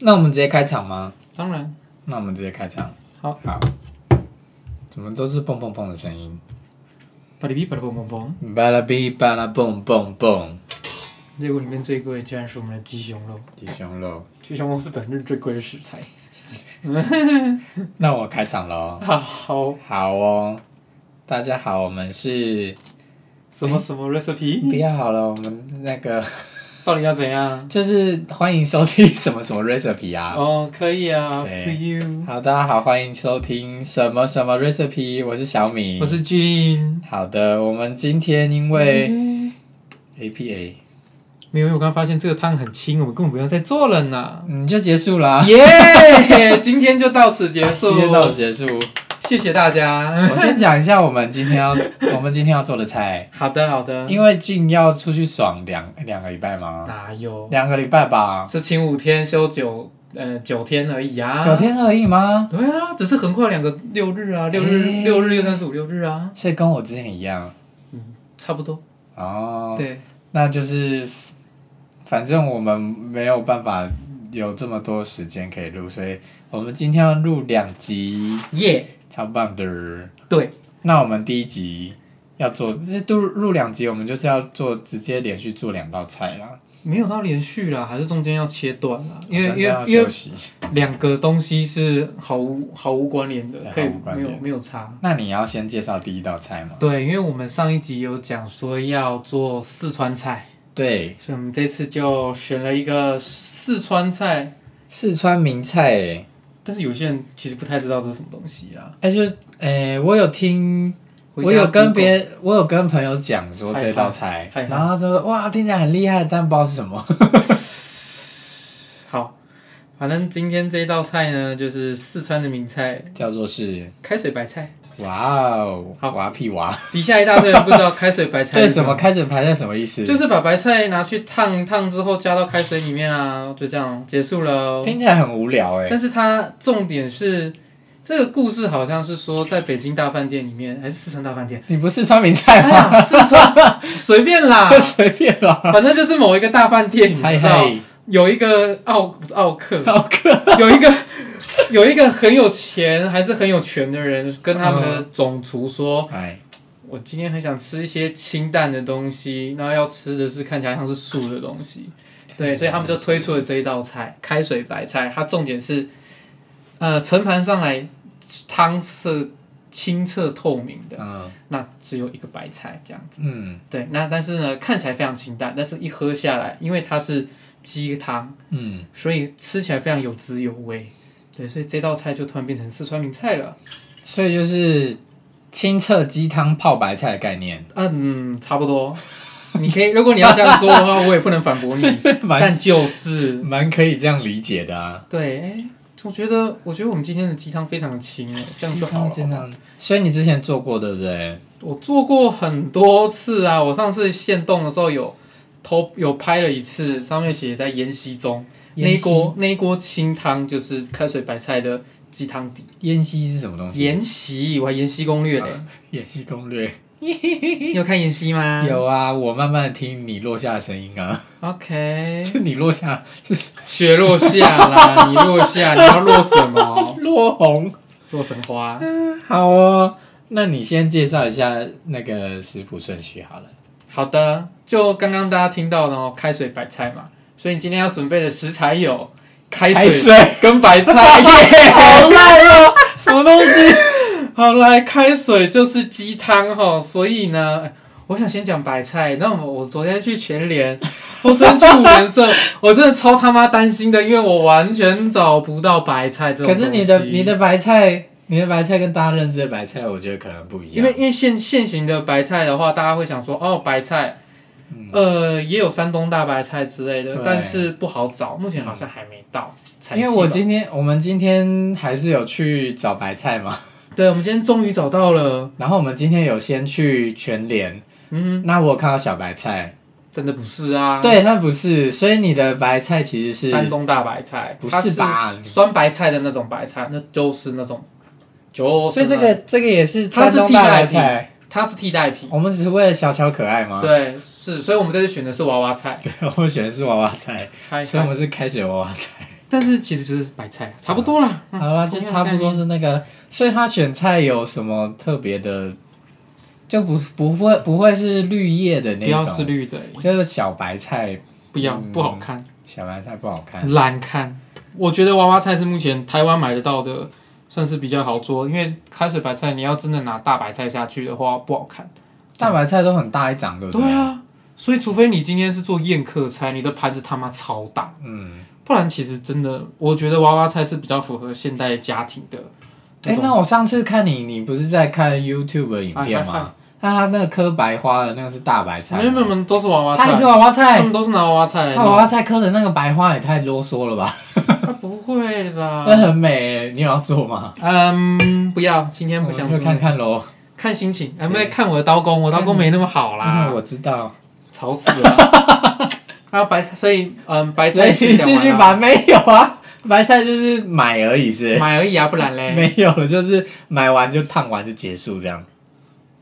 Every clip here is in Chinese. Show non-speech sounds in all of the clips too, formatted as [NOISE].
那我们直接开场吗？当然，那我们直接开场。好，好。怎么都是蹦蹦蹦的声音？巴里比巴拉蹦蹦蹦。巴拉比巴拉蹦蹦蹦。猎物里面最贵的竟然是我们的鸡胸肉，鸡胸肉。鸡胸肉是本日最贵的食材。那我开场喽。啊，好，好哦，大家好，我们是什 [LAUGHS] 么什么 recipe，、不要好了，我们那个到底要怎样？就是欢迎收听什么什么 recipe 啊。哦，可以啊，up 对 to you。好，大家好，欢迎收听什么什么 recipe，我是小米。我是嗯君。好的，我们今天因为 APA，没有，因为我刚刚发现这个汤很轻，我们根本不用再做了 [LAUGHS] 呢。嗯，就结束啦。耶、今天就到此结束今，天到此结束。谢谢大 [LAUGHS] 家。我先讲一下我们今天要 [LAUGHS] 我们今天要做的菜，好的，好的。因为静要出去爽两两个礼拜吗？哪有？两个礼拜吧，是请五天休九，呃，九天而已啊。九天而已吗？对啊，只是横跨两个六日哎啊，六日、诶六日又三十五六日啊，所以跟我之前一样差不多。哦。对，那就是反正我们没有办法有这么多时间可以录，所以我们今天要录两集，耶、超棒的。对，那我们第一集要做，就是录录两集，我们就是要做直接连续做两道菜啦，没有到连续啦，还是中间要切断啦，因好为像因要为因休为息。两个东西是毫无毫无关联的对，可以毫无关没联有没有差。那你要先介绍第一道菜吗？对，因为我们上一集有讲说要做四川菜，对，所以我们这次就选了一个四川菜，四川名菜诶，但是有些人其实不太知道这是什么东西啊。哎、就是诶、我有听，回家我有跟 Google 别，我有跟朋友讲说这道嗨菜，嗨嗨然后他说哇，听起来很厉害，但不知道是什么。好，反正今天这一道菜呢，就是四川的名菜叫做是开水白菜。哇哦，好娃屁娃， [LAUGHS] 底下一大堆人不知道开水白菜对是什么开水排在什么意思？就是把白菜拿去烫一烫之后加到开水里面啊，就这样结束了哦。听起来很无聊哎、但是它重点是，这个故事好像是说在北京大饭店里面，还是四川大饭店？你不是川名菜哎吗？呀，四川 [LAUGHS] 随便啦， [LAUGHS] 随便啦，反正就是某一个大饭店，啊哎嗨你知道嗨，有一个奥不是奥客，好客，有一个有一个很有钱还是很有权的人跟他们的总厨说，哎，我今天很想吃一些清淡的东西，然后要吃的是看起来像是素的东西，对，所以他们就推出了这一道菜——开水白菜。它重点是，呃，盛盘上来，汤是清澈透明的，嗯那只有一个白菜这样。嗯对，那但是呢，看起来非常清淡，但是一喝下来，因为它是鸡汤，嗯，所以吃起来非常有滋有味。对，所以这道菜就突然变成四川名菜了。所以就是清澈鸡汤泡白菜的概 [LAUGHS] 念，嗯，差不多。你可以，如果你要这样说的话，我也不能反驳你。蛮但就是蛮可以这样理解的啊。对，哎，我觉得，我觉得我们今天的鸡汤非常的轻哎，这样就好这了。样。所以你之前做过对不对？我做过很多次啊，我上次现动的时候有偷有拍了一次，上面写在研习中，那一烟溪锅那一锅清汤就是开水白菜的鸡汤底。烟溪是什么东西？啊研习，我还研习攻略嘞，演戏攻略你有看研习吗？有啊，我慢慢听你落下的声音啊， OK，是 [LAUGHS] 你落下雪落下啦，你落下，你要落什么？落红。洛神花。好哦，那你先介绍一下那个食谱顺序好了。好的，就刚刚大家听到的哦，开水白菜嘛，所以你今天要准备的食材有开开水水，啊跟白菜。 [LAUGHS] 好烂 [LAUGHS] 哦，什么东西？好来，开水就是鸡汤哈，所以呢，我想先讲白菜。那我我昨天去全联，我昨天去五联社， [LAUGHS] 我真的超他妈担心的，因为我完全找不到白菜这种可东西。是你的你的白菜，你的白菜跟大家认知的白菜，我觉得可能不一样。因为因为现现行的白菜的话，大家会想说哦，白菜，呃，也有山东大白菜之类嗯的对，嗯但是不好找，目前好像还没到产期因吧。为我今天我们今天还是有去找白菜嘛，对，我们今天终于找到了，然后我们今天有先去全联，嗯，那我有看到小白菜，真的不是啊，，对，那不是，所以你的白菜其实山是东大白菜，不它是是吧？酸白菜的那种白菜，那就是那种，就是所以这那个这个也是它山是东替代大白品菜，它是替代品，我们只是为了小巧可爱 [LAUGHS] 吗？对，是，所以我们这次选的是娃娃菜，对，我们选的是娃娃菜，还所以我们是开水娃娃菜。但是其实就是白菜，差不多啦。嗯好啦，就差不多是那个。所以他选菜有什么特别的？就不不会不会是绿叶的不嗯那要是种，绿的，就是小白菜，不要嗯不好看，小白菜不好看。难看。我觉得娃娃菜是目前台湾买得到的，算是比较好做，因为开水白菜你要真的拿大白菜下去的话不好看。大白菜都很大一掌，对不对啊，所以除非你今天是做宴客菜，你的盘子他妈超大，嗯，不然其实真的，我觉得娃娃菜是比较符合现代家庭的哎、这种。那我上次看你，你不是在看 YouTube 的影片哎哎哎吗？那、他那个磕白花的那个是大白菜吗，没有没有，没有都是娃娃他也是菜，娃娃他菜，们都是拿娃娃菜来那娃弄。娃菜磕的那个白花也太啰嗦了吧？啊不会 [LAUGHS] 吧？那很美、欸，你有要做吗？嗯，不要，今天不想我做就哦看看喽，看心情，对哎，嗯没看我的刀工，我刀工没那么好因啦为，我知道，吵死了。 [LAUGHS] 啊，白菜，所以嗯，白所菜以先你讲继续完了吧，没有啊，白菜就是买而已是买而已啊，不然嘞，没有了，就是买完就烫完就结束这样，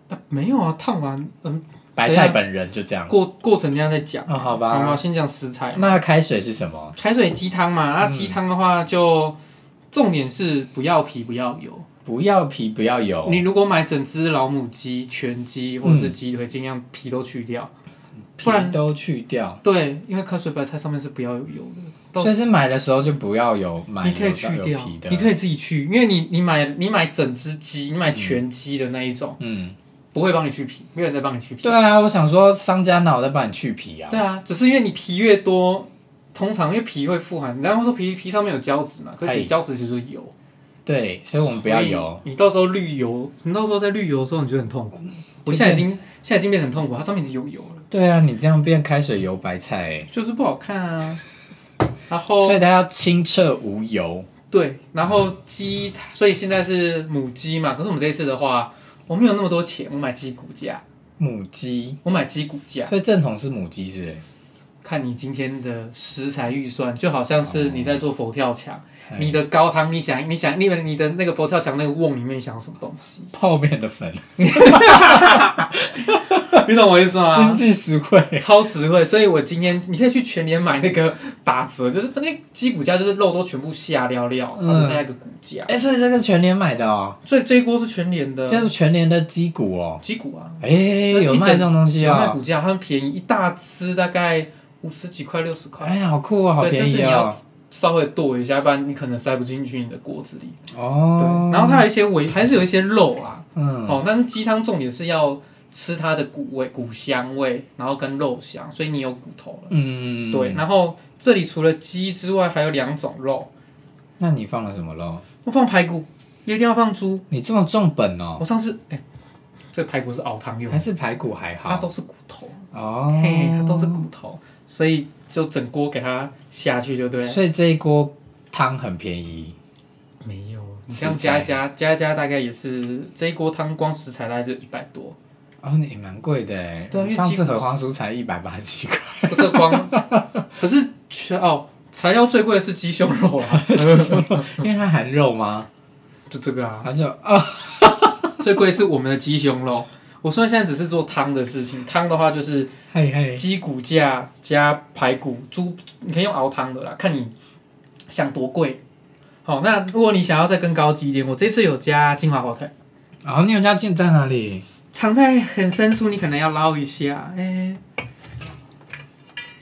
啊没有啊，烫完，嗯，白菜本人就这样。过过程这样再讲。哦，好啊好吗？吧，先讲食材嘛，那开水是什么？开水鸡汤嘛，那嗯鸡汤的话就重点是不要皮不要油。不要皮，不要油。你如果买整只老母鸡、全鸡或者是鸡腿，尽量皮都去掉。不皮然都去掉，对，因为开水白菜上面是不要有油的。到所以是买的时候就不要有买你可以有去到有掉皮，的，你可以自己去，因为你你买你买整只鸡，你买全鸡的那一种，嗯，不会帮你去皮，没有人在帮你去皮。对啊，我想说商家脑袋帮你去皮啊，对啊，只是因为你皮越多，通常因为皮会富含，然后说皮皮上面有胶质嘛，可是嗨其实胶质其实就是油，对，所以我们不要油，。你到时候滤油，你到时候在滤油的时候，你就很痛苦。我现在 [LAUGHS] 已经现在已经变得很痛苦，它上面已经有油了，对啊，你这样变开水油白菜、欸，就是不好看啊。 [LAUGHS] 然后所以它要清澈无油，对，然后鸡，所以现在是母鸡嘛，可是我们这一次的话，我没有那么多钱，我买鸡骨架。母鸡，我买鸡骨架，所以正统是母鸡 [LAUGHS] 是看你今天的食材预算，就好像是你在做佛跳墙，不是，你的高汤，你想，你想，你们你的那个佛跳墙那个瓮里面，你想要什么东西？泡面的粉， [LAUGHS] 你懂我意思吗经？济实惠，超实惠，所以我今天你可以去全联买那个打折，就是反正鸡骨架就是肉都全部下料料，嗯然后只剩下一个骨架。哎、所以这个全年买的哦，所嗯以这一锅是全联的这全年的鸡骨哦，鸡骨啊，哎、那有一卖整这种东西有卖哦，骨架，它们便宜，一大只大概五十几块、六十块。哎呀，好酷哦，好对，便但是宜你哦要，稍微剁一下，不然你可能塞不进去你的锅子里。哦对，，然后它有一些维，还是有一些肉啦。嗯，哦，但是鸡汤重点是要吃它的骨味、骨香味，然后跟肉香，所以你有骨头了。嗯，对，，然后这里除了鸡之外，还有两种肉，那你放了什么肉？我放排骨，也一定要放猪。你这么重本哦，我上次哎、这排骨是熬汤用还的，是排骨还它好都是骨头，哦，嘿，它都是骨头，所以就整锅给它下去就对了。所以这一锅汤很便宜，没有，你这样加一加加一加，大概也是这一锅汤光食材大概就一百多。哦，你蛮贵的哎，对啊因为上几次乎合欢蔬才一百八十几块， [LAUGHS] 不这光，可是全哦，材料最贵的是鸡胸肉啊，因为它含肉吗？就这个啊，它说哦，最贵是我们的鸡胸肉。我虽然现在只是做汤的事情，汤的话就是嘿嘿，鸡骨架加排骨、猪，你可以用熬汤的啦，看你想多贵。好，那如果你想要再更高级一点，我这次有加金华火腿，然哦后你有家进在哪里？藏在很深处，你可能要捞一下，哎、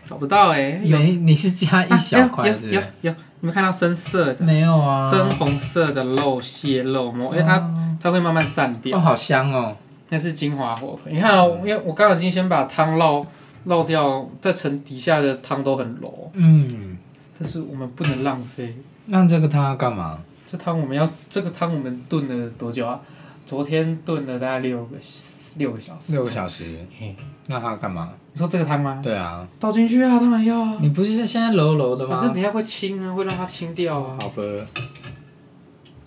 找不到哎、有啊没，你是加一小块是不有是？有有，你们看到深色的。没有啊，深红色的肉蟹肉末，因为它哦它会慢慢散哦，掉，好香哦，那是金华火腿。你看哦，嗯因为我刚刚已经先把汤捞捞掉，再盛底下的汤都很柔，嗯，但是我们不能浪费。那这个汤要干嘛？这汤我们要，这个汤我们炖了多久啊？昨天炖了大概六个六个小时。六个小时嘿，那它要干嘛？你说这个汤吗？对啊，倒进去啊，当然要啊。你不是现在柔柔的反正吗等？一下会清啊，会让它清掉啊。好吧，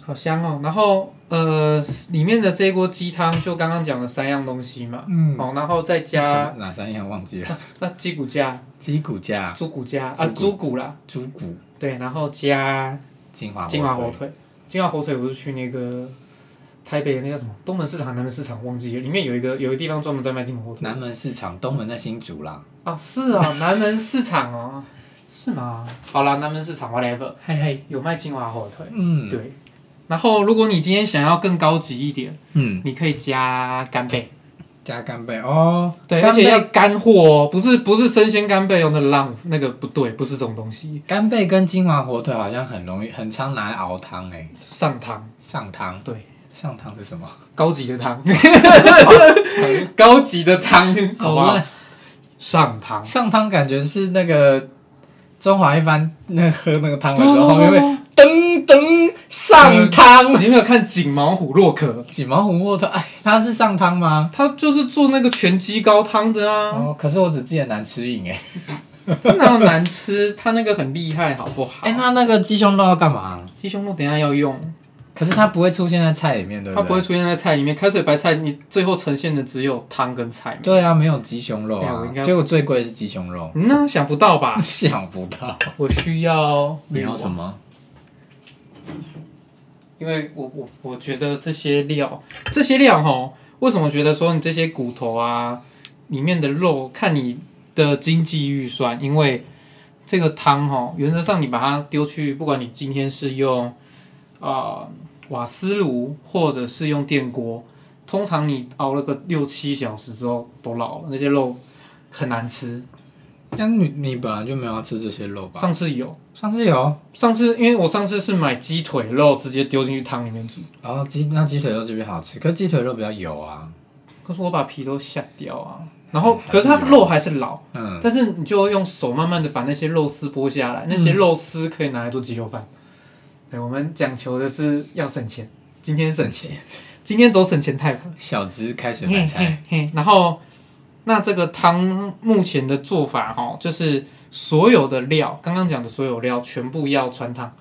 好香哦。然后呃，里面的这一锅鸡汤就刚刚讲的三样东西嘛。嗯，好，然后再什加么哪三样忘记了？那鸡骨架、鸡骨架、猪骨架猪啊，骨猪骨啦，猪骨、对，然后加金华金华火腿。金华火腿我是去那个台北的那叫什么东门市场、南门市场忘记了，里面有一个有一个地方专门在卖金华火腿南门市场、东门在新竹啦。 [LAUGHS] 啊，是啊，南门市场哦，是吗？好啦，南门市场 whatever 嗨嗨，有卖金华火腿，嗯，，对。然后如果你今天想要更高级一点，嗯，你可以加干贝，加干贝哦，对，而干且要贝干货哦，不是不是生鲜干贝用的浪那个不对，不是这种东西，干贝跟金华火腿好像很容易，很常拿来熬汤哎、上汤，上汤，对，上汤是什么？高级 [LAUGHS] 的汤，高级的汤，好不好？烂上汤，上汤感觉是那个中华一番那喝那个汤的时候，后面会对噔嗯噔上汤。你有没有看锦毛虎洛可？锦毛红火腿，哎，它是上汤吗？他就是做那个全鸡高汤的啊，哦，可是我只记得难吃硬哎、哪有难吃？他那个很厉害，好不好？哎、那那个鸡胸肉要干嘛？鸡胸肉等一下要用，可是它不会出现在菜里面，对它不对？不会。出现在菜里面。开水白菜，你最后呈现的只有汤跟菜。对啊，没有鸡胸肉哎我啊应该，结果最贵的是鸡胸肉。？嗯那想不到吧 [LAUGHS] 想不到，我需要你要滤网什么？因为我我我觉得这些料，这些料哈，为什么觉得说你这些骨头啊里面的肉，看你的经济预算，因为这个汤哈，原则上你把它丢去，不管你今天是用啊、呃瓦斯炉或者是用电锅，通常你熬了个六七小时之后都老了，那些肉很难吃。但你你本来就没有要吃这些肉吧？上次有，上次有，上次因为我上次是买鸡腿肉直接丢进去汤里面煮，然后鸡那鸡腿肉这边好吃，可是鸡腿肉比较油啊。可是我把皮都下掉啊，然后还可是是它有肉还是老，嗯，但是你就用手慢慢的把那些肉丝剥下来，那些肉丝可以拿来做鸡肉饭。对，我们讲求的是要省钱，今天省钱，今天走省钱派吧。小资开水白嘿菜，嘿嘿，然后那这个汤目前的做法哈，就是所有的料，刚刚讲的所有料全部要穿烫，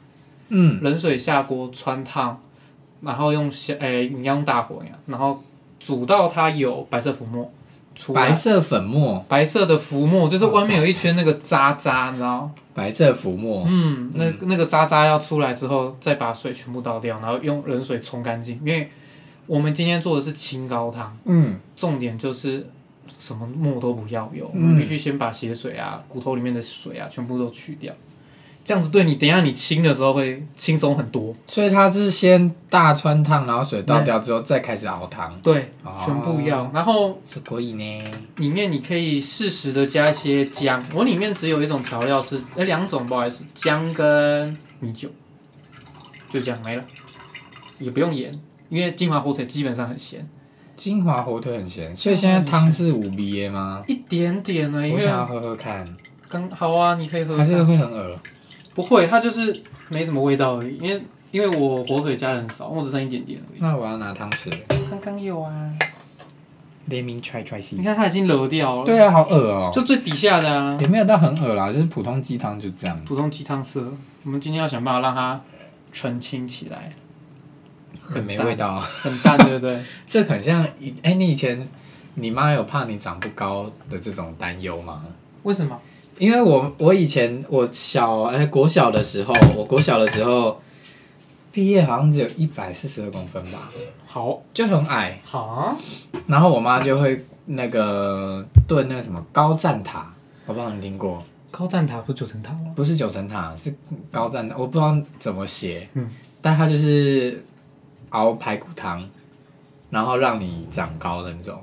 嗯，冷水下锅穿烫，然后用哎小诶、你要用大火呀，然后煮到它有白色浮沫出来白色粉末，白色的浮沫，就是外面有一圈那个渣渣，你知道？白色浮沫，嗯，那那个渣渣要出来之后，再把水全部倒掉，然后用冷水冲干净。因为我们今天做的是清高汤，嗯，重点就是什么沫都不要有，我嗯们必须先把血水啊、骨头里面的水啊全部都去掉。这样子对你，等一下你清的时候会轻松很多。所以它是先大穿烫，然后水倒掉之后再开始熬汤，对，哦全部要。然后是可以呢。里面你可以适时的加一些姜，我里面只有一种调料是，哎，两种不好意思，姜跟米酒，就这样没了，也不用盐，因为金华火腿基本上很咸，金华火腿很咸，所以现在汤是五 B A 吗？一点点而已。因哦我想要喝为喝看，刚好啊，你可以喝还喝是看，会很恶不会，它就是没什么味道而已，因为因为我火腿加的很少，我只剩一点点而那我要拿汤匙已。刚刚有啊， ，Let me try try 你 see。看它已经揉掉了， [LAUGHS] 对啊，好恶哦、就最底下的啊，也没有到很恶啦，就是普通鸡汤就这样。普通鸡汤色，我们今天要想办法让它澄清起来，很没味道。 [LAUGHS] 很淡，对不对？这很像以哎、你以前你妈有怕你长不高的这种担忧吗？ [LAUGHS] 为什么？因为我我以前我小哎、国小的时候，我国小的时候毕业好像只有一百四十二公分吧，好就很矮。好啊，然后我妈就会那个炖那个什么高站塔，我不知道你听过，高站塔不是九层塔吗？不是九层塔，是高站塔，我不知道怎么写，嗯但它就是熬排骨汤，然后让你长高的那种。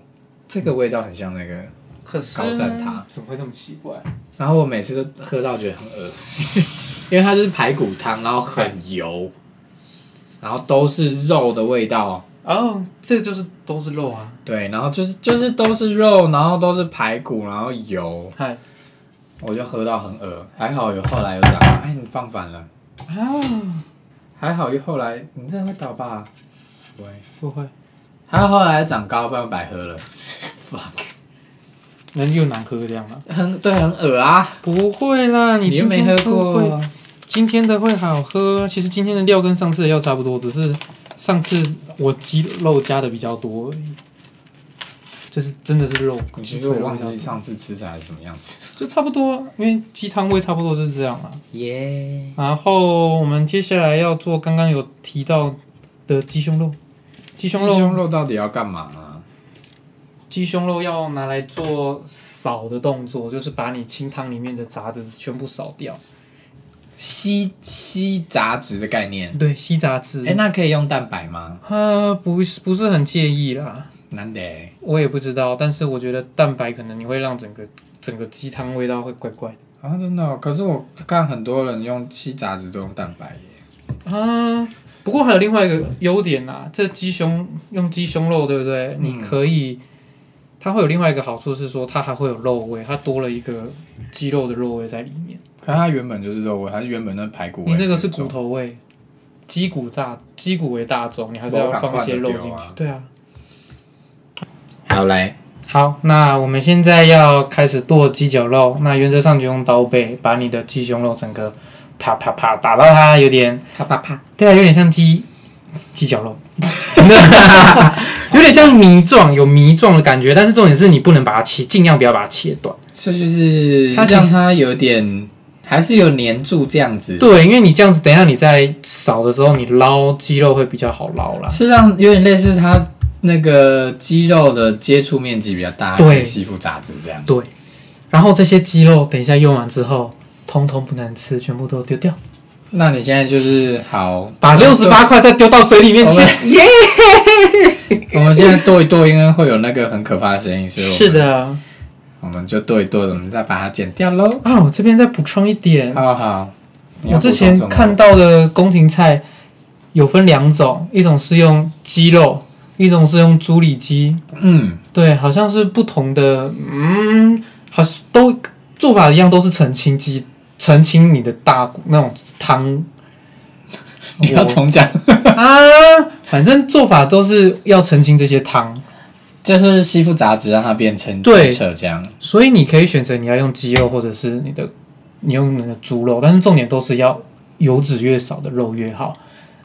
这个味道很像那个可是高站塔怎么会这么奇怪？然后我每次都喝到觉得很恶， [LAUGHS] 因为它就是排骨汤，然后很油，然后都是肉的味道，哦，这就是都是肉啊，对，然后就是就是都是肉，然后都是排骨，然后油，嗨啊，我就喝到很恶，还好有后来有长大，哎，你放反了，哦还好有后来你真的会倒吧？不会，不会，还好后来长高，不然白喝了， [LAUGHS] 人又难喝这样啊？很对，很恶啊，不会啦，你又今没天喝都会，过，今天的会好喝。其实今天的料跟上次的料差不多，只是上次我鸡肉加的比较多而已。就是真的是肉，其实鸡腿我肉忘比较多记上次吃起来是什么样子，就差不多啊，因为鸡汤味差不多就是这样啦。啊耶，然后我们接下来要做刚刚有提到的鸡胸肉，鸡鸡胸肉胸肉到底要干嘛啊？鸡胸肉要拿来做扫的动作，就是把你清汤里面的杂质全部扫掉。吸吸杂质的概念。对，吸杂质。哎、那可以用蛋白吗？呃，不是不是很介意啦，难得欸我也不知道，但是我觉得蛋白可能你会让整个整个鸡汤味道会怪怪的。啊，真的哦、可是我看很多人用吸杂质都用蛋白耶。啊、不过还有另外一个优点啦，这鸡胸用鸡胸肉，对不嗯对？你可以，它会有另外一个好处是说，它还会有肉味，它多了一个鸡肉的肉味在里面。可是它原本就是肉味，它是原本那排骨味你很重。那个是骨头味，鸡骨大鸡骨为大宗，你还是我要赶放一快些就肉丢进去啊。对啊。好来，好，那我们现在要开始剁鸡脚肉。那原则上就用刀背把你的鸡胸肉整个啪啪啪打到它有点啪啪啪。对啊，有点像鸡鸡脚肉， [LAUGHS] 有点像泥状，有泥状的感觉。但是重点是你不能把它切，尽量不要把它切断。所以就是它其实让它有点，还是有粘住这样子，对，因为你这样子，等一下你在扫的时候，你捞鸡肉会比较好捞啦。是让有点类似它那个肌肉的接触面积比较大，对可以吸附杂质这样。对，然后这些鸡肉等一下用完之后，通通不能吃，全部都丢掉，那你现在就是好，把六十八块再丢到水里面啊我去们。耶！我们现在剁一剁，应该会有那个很可怕的声音，所以我们是，的我们就剁一剁，我们再把它剪掉喽。啊，我这边再补充一点，好好，啊你要我之补充前什么看到的宫廷菜有分两种，一种是用鸡肉，一种是用猪里脊。嗯，对，好像是不同的，嗯，好像都做法一样，都是澄清鸡，澄清你的大骨那种汤。 [LAUGHS] 你要重讲，啊，反正做法都是要澄清这些汤，就是吸附杂质，让它变成对清澈这样。所以你可以选择你要用鸡肉，或者是你的你用你的猪肉，但是重点都是要油脂越少的肉越好。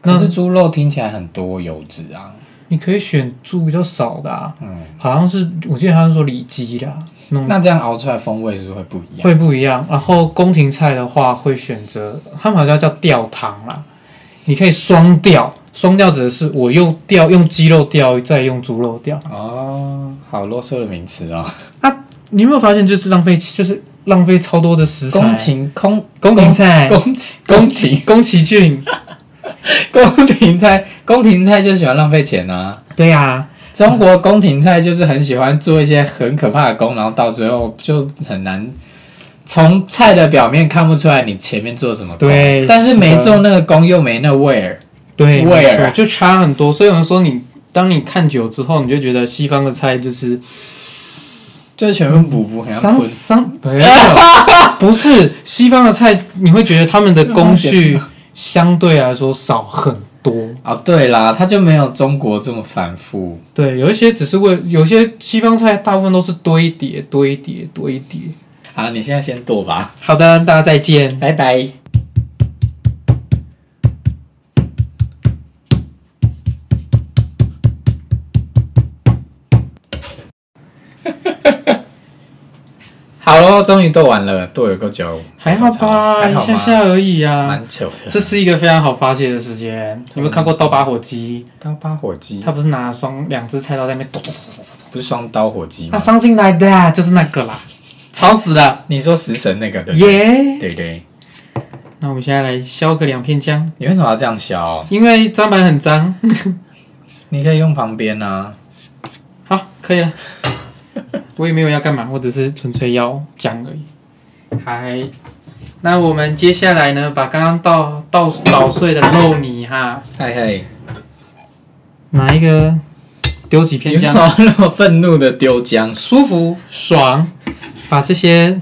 可那是猪肉听起来很多油脂啊，你可以选猪比较少的、啊，嗯，好像是我记得好像说里脊啦，弄那这样熬出来风味是不是会不一样？会不一样。然后宫廷菜的话会选择，他们好像叫吊汤啦，你可以双吊，双吊指的是我用吊用鸡肉吊，再用猪肉吊。哦，好啰嗦的名词哦。你有没有发现就是浪费，就是浪费超多的食材？宫廷空宫廷菜，宫廷宫宫廷宫崎骏，宫廷菜，宫廷菜就喜欢浪费钱啊。对呀、中国宫廷菜就是很喜欢做一些很可怕的工，然后到最后就很难从菜的表面看不出来你前面做什么工。对但是是的没做那个工又没那味儿。对，味没儿错，就差很多。所以有人说你。当你看久之后，你就觉得西方的菜就是就是全部补补，很像桑喷。桑，没有不是西方的菜，你会觉得他们的工序相对来说少很多。哦，对啦，它就没有中国这么繁复。对，有一些只是为有些西方菜，大部分都是堆叠、堆叠、堆叠。好，你现在先剁吧，好的，大家再见。拜拜。好咯，终于剁完了，剁有够久，还好吧，还一好下吗下而已啊。蛮久的。这是一个非常好发泄的时间。有没有看过刀把火鸡？刀疤火鸡，他不是拿双两只菜刀在那边咚咚咚，不是双刀火鸡那吗？ something like that 就是那个啦，吵死了，你说食神那个对不对？耶、对对，那我们现在来削个两片姜，你为什么要这样削？因为砧板很脏。你可以用旁边啊。好，可以了。我也没有要干嘛，我只是纯粹要讲而已。嗨，那我们接下来呢，把刚刚倒倒捣碎的肉泥哈，嘿嘿，拿一个丢几你片为什姜，么那么愤怒的丢姜？舒服爽，把这些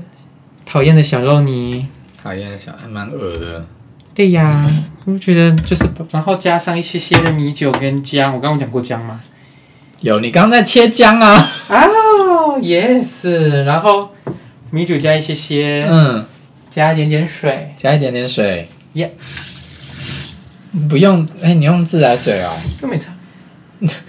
讨厌的小肉泥。讨厌啊小，还蛮恶的。对呀，我觉得就是，然后加上一些些的米酒跟姜。我刚刚有讲过姜吗？有，你刚刚在切姜啊。哦、oh,，yes。然后米酒加一些些，嗯，加一点点水。加一点点水。耶不用，哎、你用自来水哦，又没差。 [LAUGHS]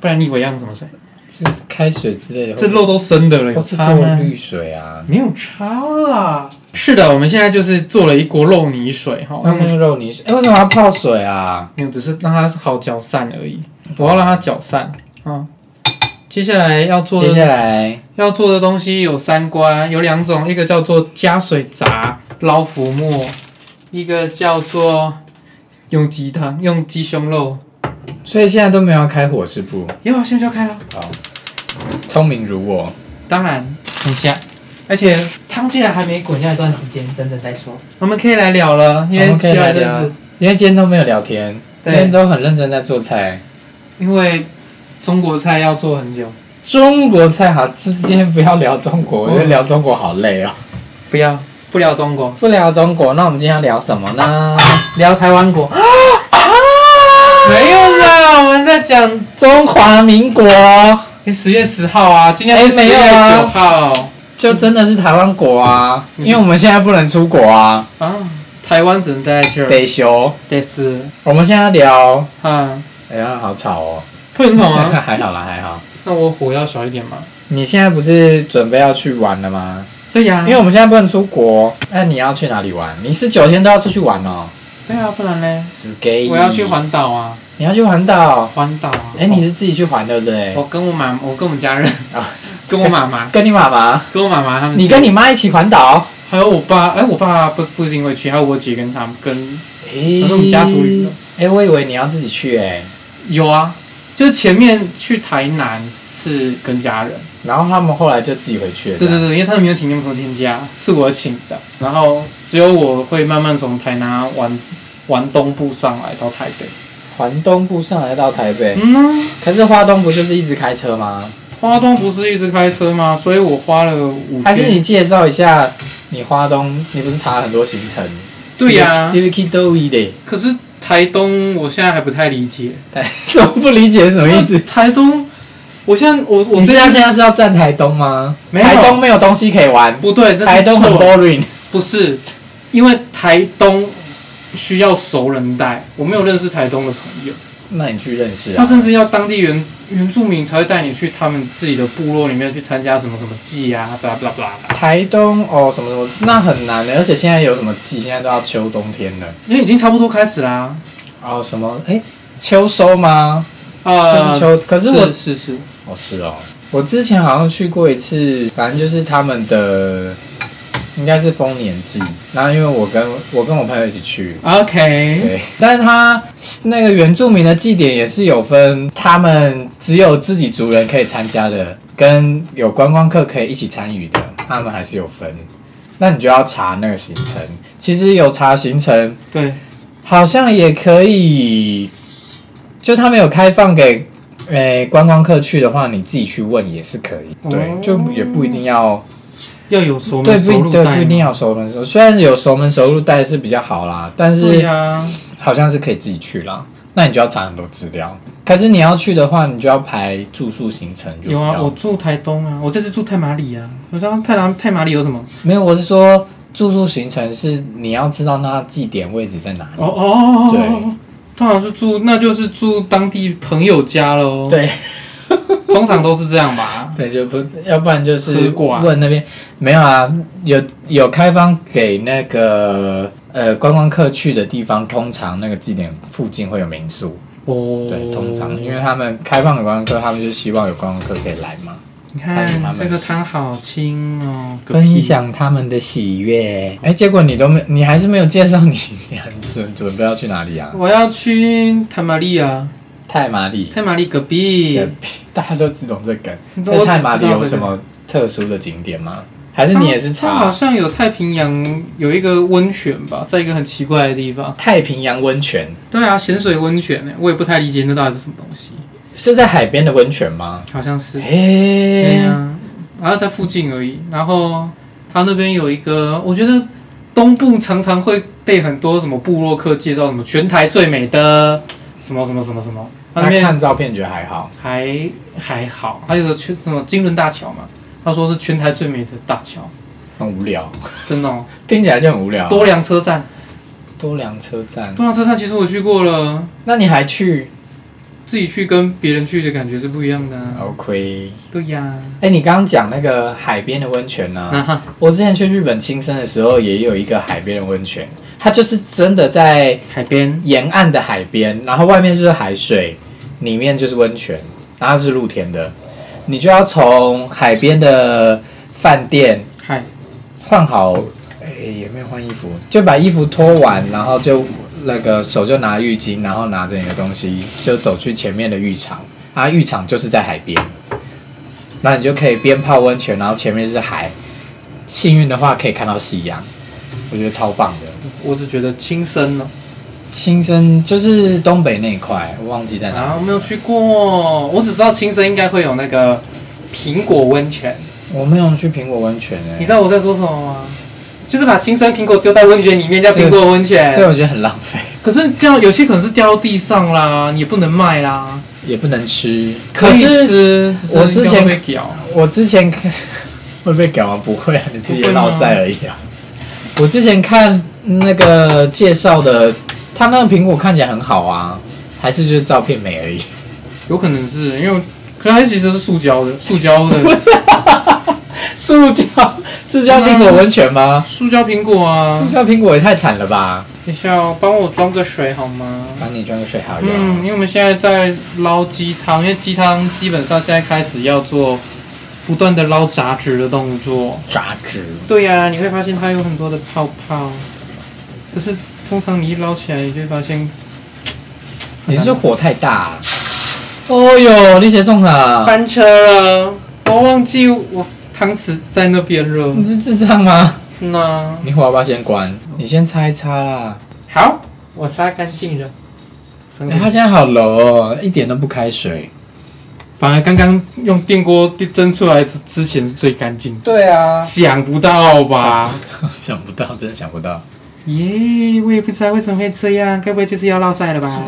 不然你以为要用什么水？是开水之类的，呃这肉都生的了，或有是差过吗？滤水啊。没有差啊啦。是的，我们现在就是做了一锅肉泥水哈，用那个肉泥水，哎、为什么要泡水啊？没有，只是让它好搅散而已。我要让它搅散啊，接下来要做接的下来要做的东西有三关，有两种，一个叫做加水炸捞浮沫，一个叫做用鸡汤用鸡胸肉。所以现在都没有要开火是不？有啊，现在就要开了。好，聪明如我，当然，等一下，而且汤竟然还没滚，要一段时间，等等再说。我们可以来聊了，因我为们可以需要来一阵聊子，因为今天都没有聊天，今对天都很认真在做菜。因为中国菜要做很久。中国菜好，今天不要聊中国，因为聊中国好累哦。不要，不聊中国，不聊中国，那我们今天要聊什么呢？聊台湾国。 [GASPS] 啊没有啦，我们在讲中华啊 [GASPS] 民国啊哎十月十号啊，今天是哎十没月有啊九号就真的是台湾国啊，嗯因为我们现在不能出国啊，啊，台湾只能待在这儿。得休。得是我们现在聊，啊，哎呀，好吵哦。不能懂啊。 [LAUGHS] 还好啦，还好。那我火要小一点嘛。你现在不是准备要去玩了吗？对呀、因为我们现在不能出国，那你要去哪里玩？你是九天都要出去玩哦。对啊，不然呢？死给我要去，环岛啊，你要去环岛。环岛啊。哎、你是自己去环对不对？我哦跟我妈，我跟我们家人啊， [LAUGHS] 跟我妈妈，跟你妈妈，跟我妈妈他们去，你跟你妈一起环岛。还有我爸，哎，我爸不不一定会去，还有我姐跟他们跟哎、可是嗯我们家族旅游哎、我以为你要自己去哎、有啊，就是前面去台南是跟家人，然后他们后来就自己回去了。对对对。对，因为他们没有请那么多天假，是我请的，然后只有我会慢慢从台南玩玩东部上来到台北，环东部上来到台北，嗯啊、可是花东不就是一直开车吗？花东不是一直开车吗？所以我花了五还是天你介绍一下你花东？你不是查了很多行程？对呀、因为 k i d o 的，可是台东我现在还不太理解，但我不理解什么意思。台东，我现在我你我是最要近现在是要站台东吗？没有台东没有东西可以玩，不对，这是台东很错 boring。不是，因为台东需要熟人带，我没有认识台东的朋友，那你去认识啊？他甚至要当地原原住民才会带你去他们自己的部落里面去参加什么什么祭啊，巴拉巴拉巴拉，台东哦，什么什么，那很难欸的，而且现在有什么季？现在都要秋冬天了。因为已经差不多开始啦、哦，什么？哎，秋收吗？呃，这是秋可是我是是哦，是哦。我之前好像去过一次，反正就是他们的应该是丰年祭，然后因为我跟我跟我朋友一起去。 o k 对，但是他那个原住民的祭典也是有分，他们只有自己族人可以参加的，跟有观光客可以一起参与的，他们还是有分。那你就要查那个行程，其实有查行程，对，好像也可以，就他们有开放给诶、观光客去的话，你自己去问也是可以。对，哦就也不一定要要有熟对门哦熟不路对带不一定啊嘛，要熟门熟，虽然有熟门熟路带是比较好啦，但对啊是呀、好像是可以自己去啦。那你就要查很多资料，可是你要去的话，你就要排住宿行程。就有不啊，要我住台东啊，我这次住太马里啊，我知道太南太马里有什么？没有，我是说住宿行程是你要知道那祭典位置在哪里。哦哦哦，对，通常是住那就是住当地朋友家喽，对，通常都是这样吧。对，就不，要不然就是吃瓜问那边没有啊，有有开放给那个呃观光客去的地方，通常那个祭点附近会有民宿，哦对，通常因为他们开放给观光客，他们就希望有观光客可以来嘛，你参与他看们这个汤好清哦，个屁分享他们的喜悦。哎，结果你都没，你还是没有介绍你，你还准准备要去哪里啊？我要去泰马利啊，泰马里，泰马利隔壁，大家都只懂这个。我所以泰马里只知道这有个什？么特殊的景点吗？还是你也是它它好查像有太平洋有一个温泉吧，在一个很奇怪的地方。太平洋温泉？对啊，咸水温泉呢，我也不太理解那到底是什么东西，是在海边的温泉吗？好像是。对啊哎呀、然后在附近而已。然后他那边有一个，我觉得东部常常会被很多什么部落客介绍什么全台最美的什么什么什么什么，他那那边看照片觉得还好，还还好，还有个全什么金轮大桥嘛，他说是全台最美的大桥，很无聊，真的、哦。听起来就很无聊。多良车站，多良车站，多良车站其实我去过了，那你还去自己去跟别人去的感觉是不一样的啊、 ？OK。对呀、哎、你刚刚讲那个海边的温泉呢、啊哈我之前去日本青森的时候，也有一个海边的温泉，它就是真的在海边沿岸的海边，然后外面就是海水，里面就是温泉，然后它是露天的。你就要从海边的饭店嗨，换好，哎、也没有换衣服，就把衣服脱完，然后就那个手就拿浴巾，然后拿着你的东西就走去前面的浴场啊，浴场就是在海边，那你就可以边泡温泉，然后前面是海，幸运的话可以看到夕阳，啊我觉得超棒的。我只觉得轻生了，青森就是东北那一块，我忘记在哪啊，我没有去过，我只知道轻生应该会有那个苹果温泉。我没有去苹果温泉哎、你知道我在说什么吗？就是把亲生苹果丢到温泉里面叫苹果温泉。 [LAUGHS] 对，我觉得很浪 [LAUGHS] 费，可是掉有些可能是掉到地上啦，你也不能卖啦。也不能吃。可以是吃，只是我之前一定要被咬，我之前看 [LAUGHS] 会被搞吗？不会啊，你自己也落塞而已啊。我之前看那个介绍的，他那个苹果看起来很好啊，还是就是照片美而已。 [LAUGHS] 有可能是因为我，可它其实是塑胶的，塑 [LAUGHS] 胶的塑胶塑胶苹果温泉吗？塑胶苹果啊塑。胶苹果也太惨了吧！等一下哦，帮我装个水好吗？帮你装个水好用。嗯，因为我们现在在捞鸡汤，因为鸡汤基本上现在开始要做不断的捞杂质的动作。杂质，对呀、你会发现它有很多的泡泡，可是通常你一捞起来，你就会发现你是说火太大、啊？哦哟，你写中了，翻车了。我忘记我汤匙在那边了。你是智障吗？那你火要不要先关？你先擦一擦啦。好，我擦干净了。哎、它现在好柔哦，一点都不开水。反而刚刚用电锅蒸出来之之前是最干净的，对啊，想不到吧？想不到，真的想不到。耶我也不知道为什么会这样，该不会就是要落赛 [LAUGHS] 了吧？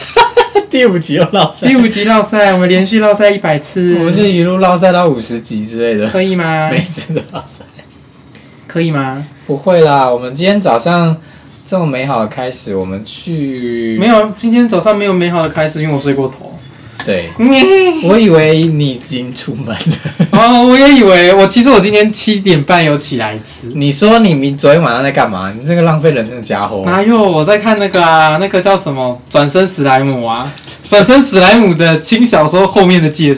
[LAUGHS] 第五集又落赛第，五集落赛，我们连续落赛一百我们就次，一路落赛到五十集之类的，可以 [LAUGHS] 吗？每次都落赛。可以吗？哎不会啦，我们今天早上这么美好的开始，我们去没有，今天早上没有美好的开始，因为我睡 [LAUGHS] 过头。对，耶我以为你已经出门了。哦，我也以为我，其实我今天七点半有起来吃。 [LAUGHS] 你说你明昨天晚上在干嘛？你这个浪费人生的家伙！哪有？我在看那个啊，那个叫什么《转身史莱姆》啊，《转身史莱姆》的轻小说后面的介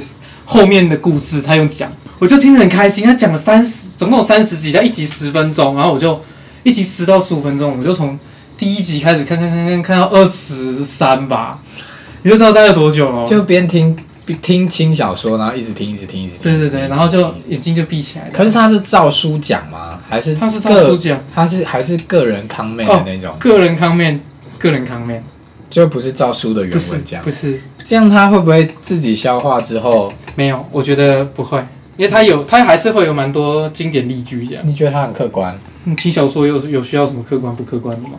后面的故事，他有讲，我就听得很开心。他讲了三十，总共有三十集，他一集十分钟，然后我就一集十到十五分钟，我就从第一集开始看看看看看到二十三吧，你就知道待了多久了。就边听边听轻小说，然后一直听，一直听，一直听。对对对，然后一直就听眼睛就闭起来了。可是他是照书讲吗？还是哦他是照个书讲，他是还是个人康妹的那种，个人康面，个人康面，就不是照书的原不是文讲不。是这样他会不会自己消化之后，没有，我觉得不会，因为他有，他还是会有蛮多经典例句这样。你觉得他很客观？嗯轻小说有有需要什么客观不客观的吗？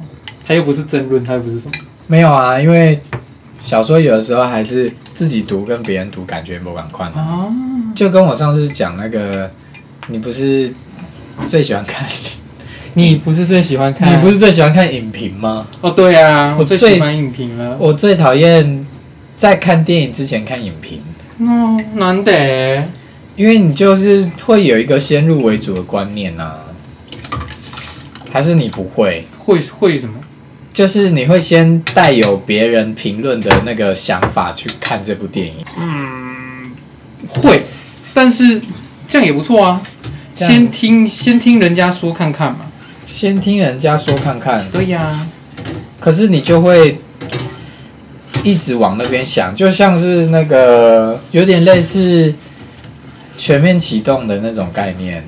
他又不是争论，他又不是什么。没有啊，因为小说有的时候还是自己读跟别人读感觉不赶快。啊，就跟我上次讲那个，你不是最喜欢看，你不是最喜欢看？你不是最喜欢看影评吗？哦，对啊，我我最最喜欢影评了。我最讨厌在看电影之前看影评，哦，难得欸，因为你就是会有一个先入为主的观念呐、啊，还是你不会？会会什么？就是你会先带有别人评论的那个想法去看这部电影，嗯，会，但是这样也不错啊。这样先听先听人家说看看嘛。先听人家说看看，对呀、可是你就会一直往那边想，就像是那个有点类似全面启动的那种概念。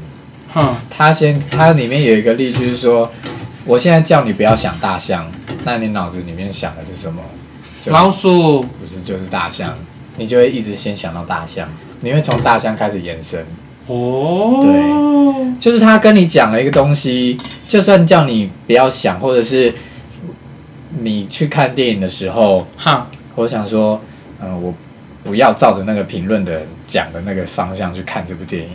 哼，它先它里面有一个例句是说，我现在叫你不要想大象，那你脑子里面想的是什么？就老鼠不是就是大象，你就会一直先想到大象，你会从大象开始延伸。哦，就是他跟你讲了一个东西，就算叫你不要想，或者是你去看电影的时候，哈，我想说，嗯、我不要照着那个评论的讲的那个方向去看这部电影。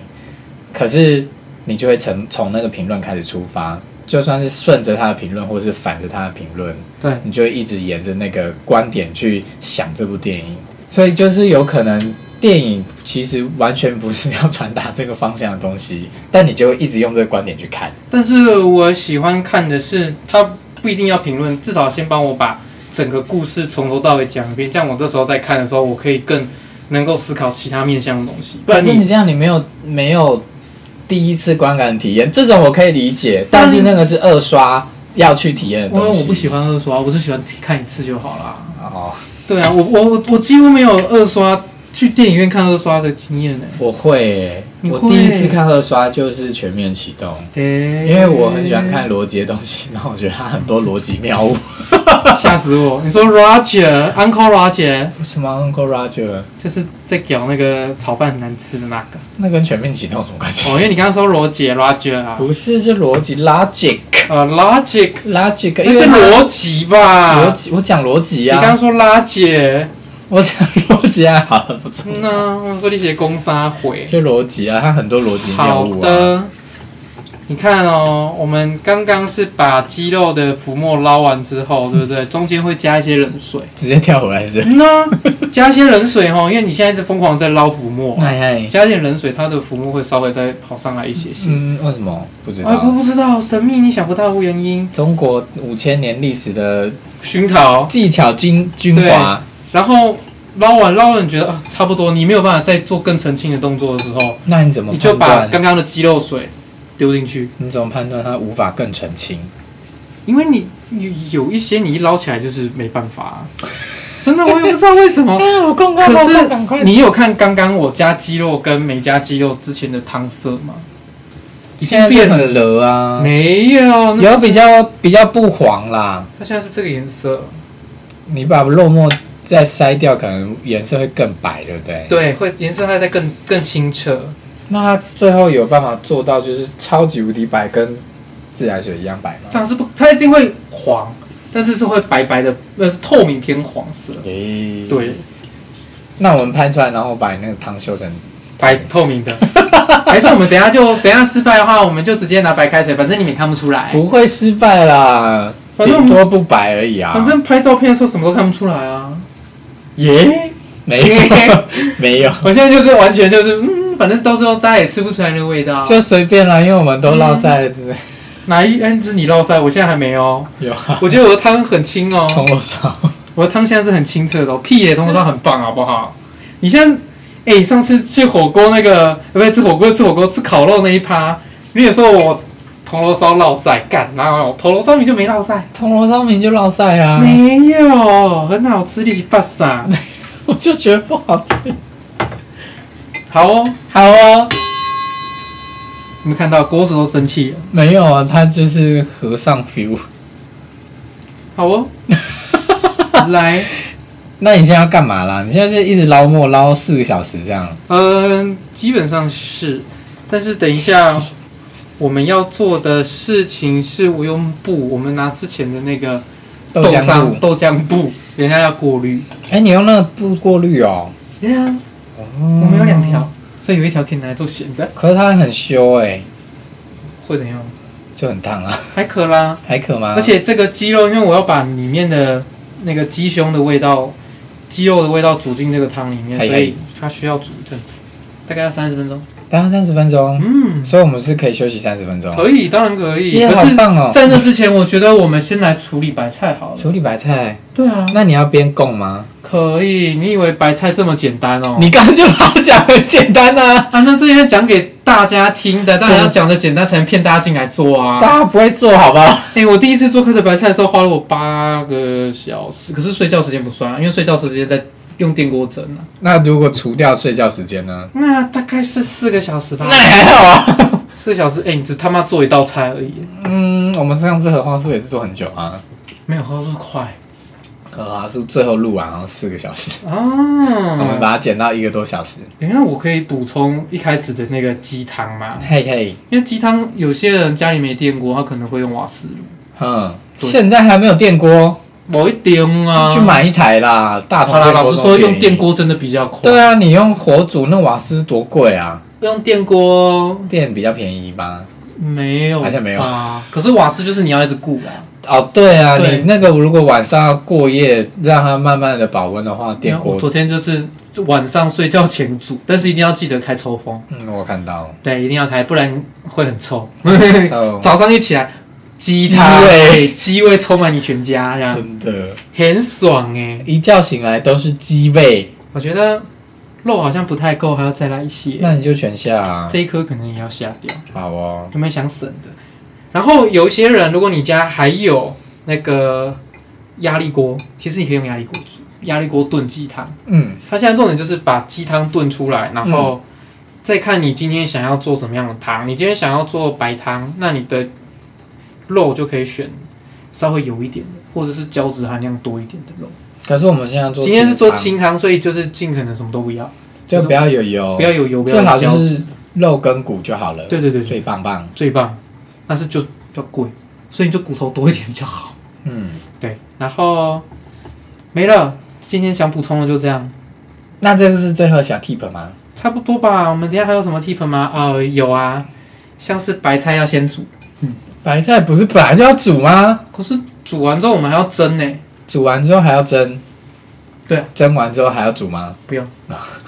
可是你就会从从那个评论开始出发，就算是顺着他的评论，或是反着他的评论，对，你就会一直沿着那个观点去想这部电影。所以就是有可能电影其实完全不是要传达这个方向的东西，但你就会一直用这个观点去看。但是我喜欢看的是，他不一定要评论，至少先帮我把整个故事从头到尾讲一遍，这样我这时候在看的时候，我可以更能够思考其他面向的东西。不可然是你你这样，你没有没有第一次观感体验，这种我可以理解，但是那个是二刷要去体验的因为东西。我不喜欢二刷，我是喜欢看一次就好啦。哦，对啊，我我我我几乎没有二刷去电影院看二刷的经验呢、我会耶、你我会第一次看二刷就是全面启动，诶因为我很喜欢，看逻辑的东西，然后我觉得它很多逻辑谬误。吓死我！你说 Roger Uncle Roger 什么 Uncle Roger？就是在搞那个炒饭很难吃的那个那跟全面启动有什么关系？哦， [LAUGHS] 因为你刚刚说罗杰 Roger 啊，不是，是逻辑 logic 呃 Logic， logic，那因为是它逻辑吧？逻辑，我啊讲逻辑你刚刚啊，说拉姐，我讲逻辑啊，好了，不错，嗯呐、我说你写攻杀回，就逻辑啊，它很多逻辑谬好误啊。的。你看哦，我们刚刚是把鸡肉的浮沫捞完之后，对不 [LAUGHS] 对？中间会加一些冷水。直接跳回来是不是？嗯呐、加一些冷水哦，因为你现在是疯狂在捞浮沫，哎哎，加一点冷水，它的浮沫会稍微再跑上来一些些。嗯，为什么不知啊，我道？不知道，神秘，你想不到原因。中国五千年历史的熏陶，技巧精精华，然后捞完捞完，你觉得啊差不多，你没有办法再做更澄清的动作的时候，那你怎么你就判把断？刚刚的鸡肉水丢进去，你怎么判断它无法更澄清？因为你你有一些你一捞起来就是没办法啊、 [LAUGHS] 真的我也不知道为什 [LAUGHS] 么。啊，我公可是你有看刚刚我加鸡肉跟没加鸡肉之前的汤色吗？已现在经变就了，很热啊，没呃有，那有是比较比较不黄啦。它现在是这个颜色，你把肉末再筛掉，可能颜色会更白，对不对？。对，会颜色它在更更清澈。那它最后有办法做到就是超级无敌白，跟自来水一样白吗？当然是不，它一定会黄，但是是会白白的，呃，透明偏黄色。诶、对，那我们拍出来，然后把那个汤修成白透明的， [LAUGHS] 还是我们等一下就等一下失败的话，我们就直接拿白开水，反正你们也看不出来。不会失败啦，反正我顶多们不白而已啊。反正拍照片的时候什么都看不出来啊。耶，没有没有，我现在就是完全就是，嗯，反正到最后大家也吃不出来那个味道。就随便啦，因为我们都落晒、嗯哪一恩之你落腮，我现在还没哦。有啊，我觉得我的汤很 [LAUGHS] 清哦，铜锣烧。我的汤现在是很清澈的、哦。屁耶，铜锅烧很棒，好不好？你现在，哎、上次去火锅那个，呃不是吃火锅吃火锅吃烤肉那一趴，你也说我铜锣烧落腮，干哪有？铜锣烧你就没落腮。铜锣烧名就落晒啊，没有，很好吃，你是巴萨。我就觉得不好吃。好哦，好啊，你们看到锅子都生气了。没有啊，它就是和尚 feel。 [LAUGHS] 好哦，来，那你现在要干嘛啦？你现在是一直捞墨捞四个小时这样？嗯、基本上是，但是等一下 [LAUGHS] 我们要做的事情是，我用布，我们拿之前的那个豆豆浆沙布？豆浆布，人家要过滤。哎、你用那个布过滤哦。对啊，我我们有两，条，所以有一条可以拿来做咸的，可是它很修哎、会怎样？啊就很烫啊，还可啦。还可吗？而且这个鸡肉，因为我要把里面的那个鸡胸的味道、鸡肉的味道煮进这个汤里面，哎所以它需要煮一阵子，大概要三十分钟。大概三十分钟，嗯，所以我们是可以休息三十分钟。可以，当然可以。耶，可好是，棒哦！在那之前，我觉得我们先来处理白菜好了。处理白菜，对啊，那你要边供吗？可以。你以为白菜这么简单哦？你刚刚就把它讲很简单啊，啊，那是因为讲给大家听的，当然要讲的简单，才能骗大家进来做啊。大家不会做好吧？哎、我第一次做开水白菜的时候花了我八个小时，可是睡觉时间不算啊，因为睡觉时间在用电锅蒸啊。那如果除掉睡觉时间呢？那大概是四个小时吧那。也还好啊。四个小时，哎、你只他妈做一道菜而已，嗯，我们上次合花树也是做很久啊，没有喝速快合花树最后录完好像四个小时，我们啊。把它剪到一个多小时。原来哎我可以补充一开始的那个鸡汤嘛，嘿嘿，因为鸡汤有些人家里没电锅，他可能会用瓦斯炉。嗯，对现在还没有电锅，某一点啊，哦去。买一啊台啦。大同好啦，电锅老这实么说，便宜用电。锅真的比较快。对，啊，你用火煮那瓦斯多贵啊，用电锅电比较便宜吧？没有吧，好像没有可是瓦斯就是你要一直顾啦，哦，对啊，对你那个如果晚上要过夜，让它慢慢的保温的话，电我锅，昨天就是晚上睡觉前煮，但是一定要记得开抽风，嗯，我看 [LAUGHS] 到，对，一定要开，不然会很臭。哦，早上一起来，鸡鸡汤，味对鸡味充满你全家，这样真的，很爽哎、一觉醒来都是鸡味，我觉得肉好像不太够，还要再来一些。那你就全下啊。这一颗可能也要下掉，好哦，有没有想省的？然后有一些人，如果你家还有那个压力锅，其实你可以用压力锅煮，压力锅炖鸡汤。嗯，它现在重点就是把鸡汤炖出来，然后再看你今天想要做什么样的汤。你今天想要做白汤，那你的肉就可以选稍微油一点的，或者是胶质含量多一点的肉。可是我们现在做今天是做汤，清汤，所以就是尽可能什么都不要，就不要有油，不要有油，不要最好有胶就质。是肉跟骨就好了，对对对对，最棒棒。最棒。但是就比较贵，所以你就骨头多一点比较好。嗯，对，然后没了。今天想补充的就这样，那这个是最后的小 tip 吗？差不多吧。我们等一下还有什么 tip 吗？呃，有啊，像是白菜要先煮。白菜不是本来就要煮吗？可是煮完之后我们还要蒸呢、欸煮完之后还要蒸，对啊，蒸完之后还要煮吗？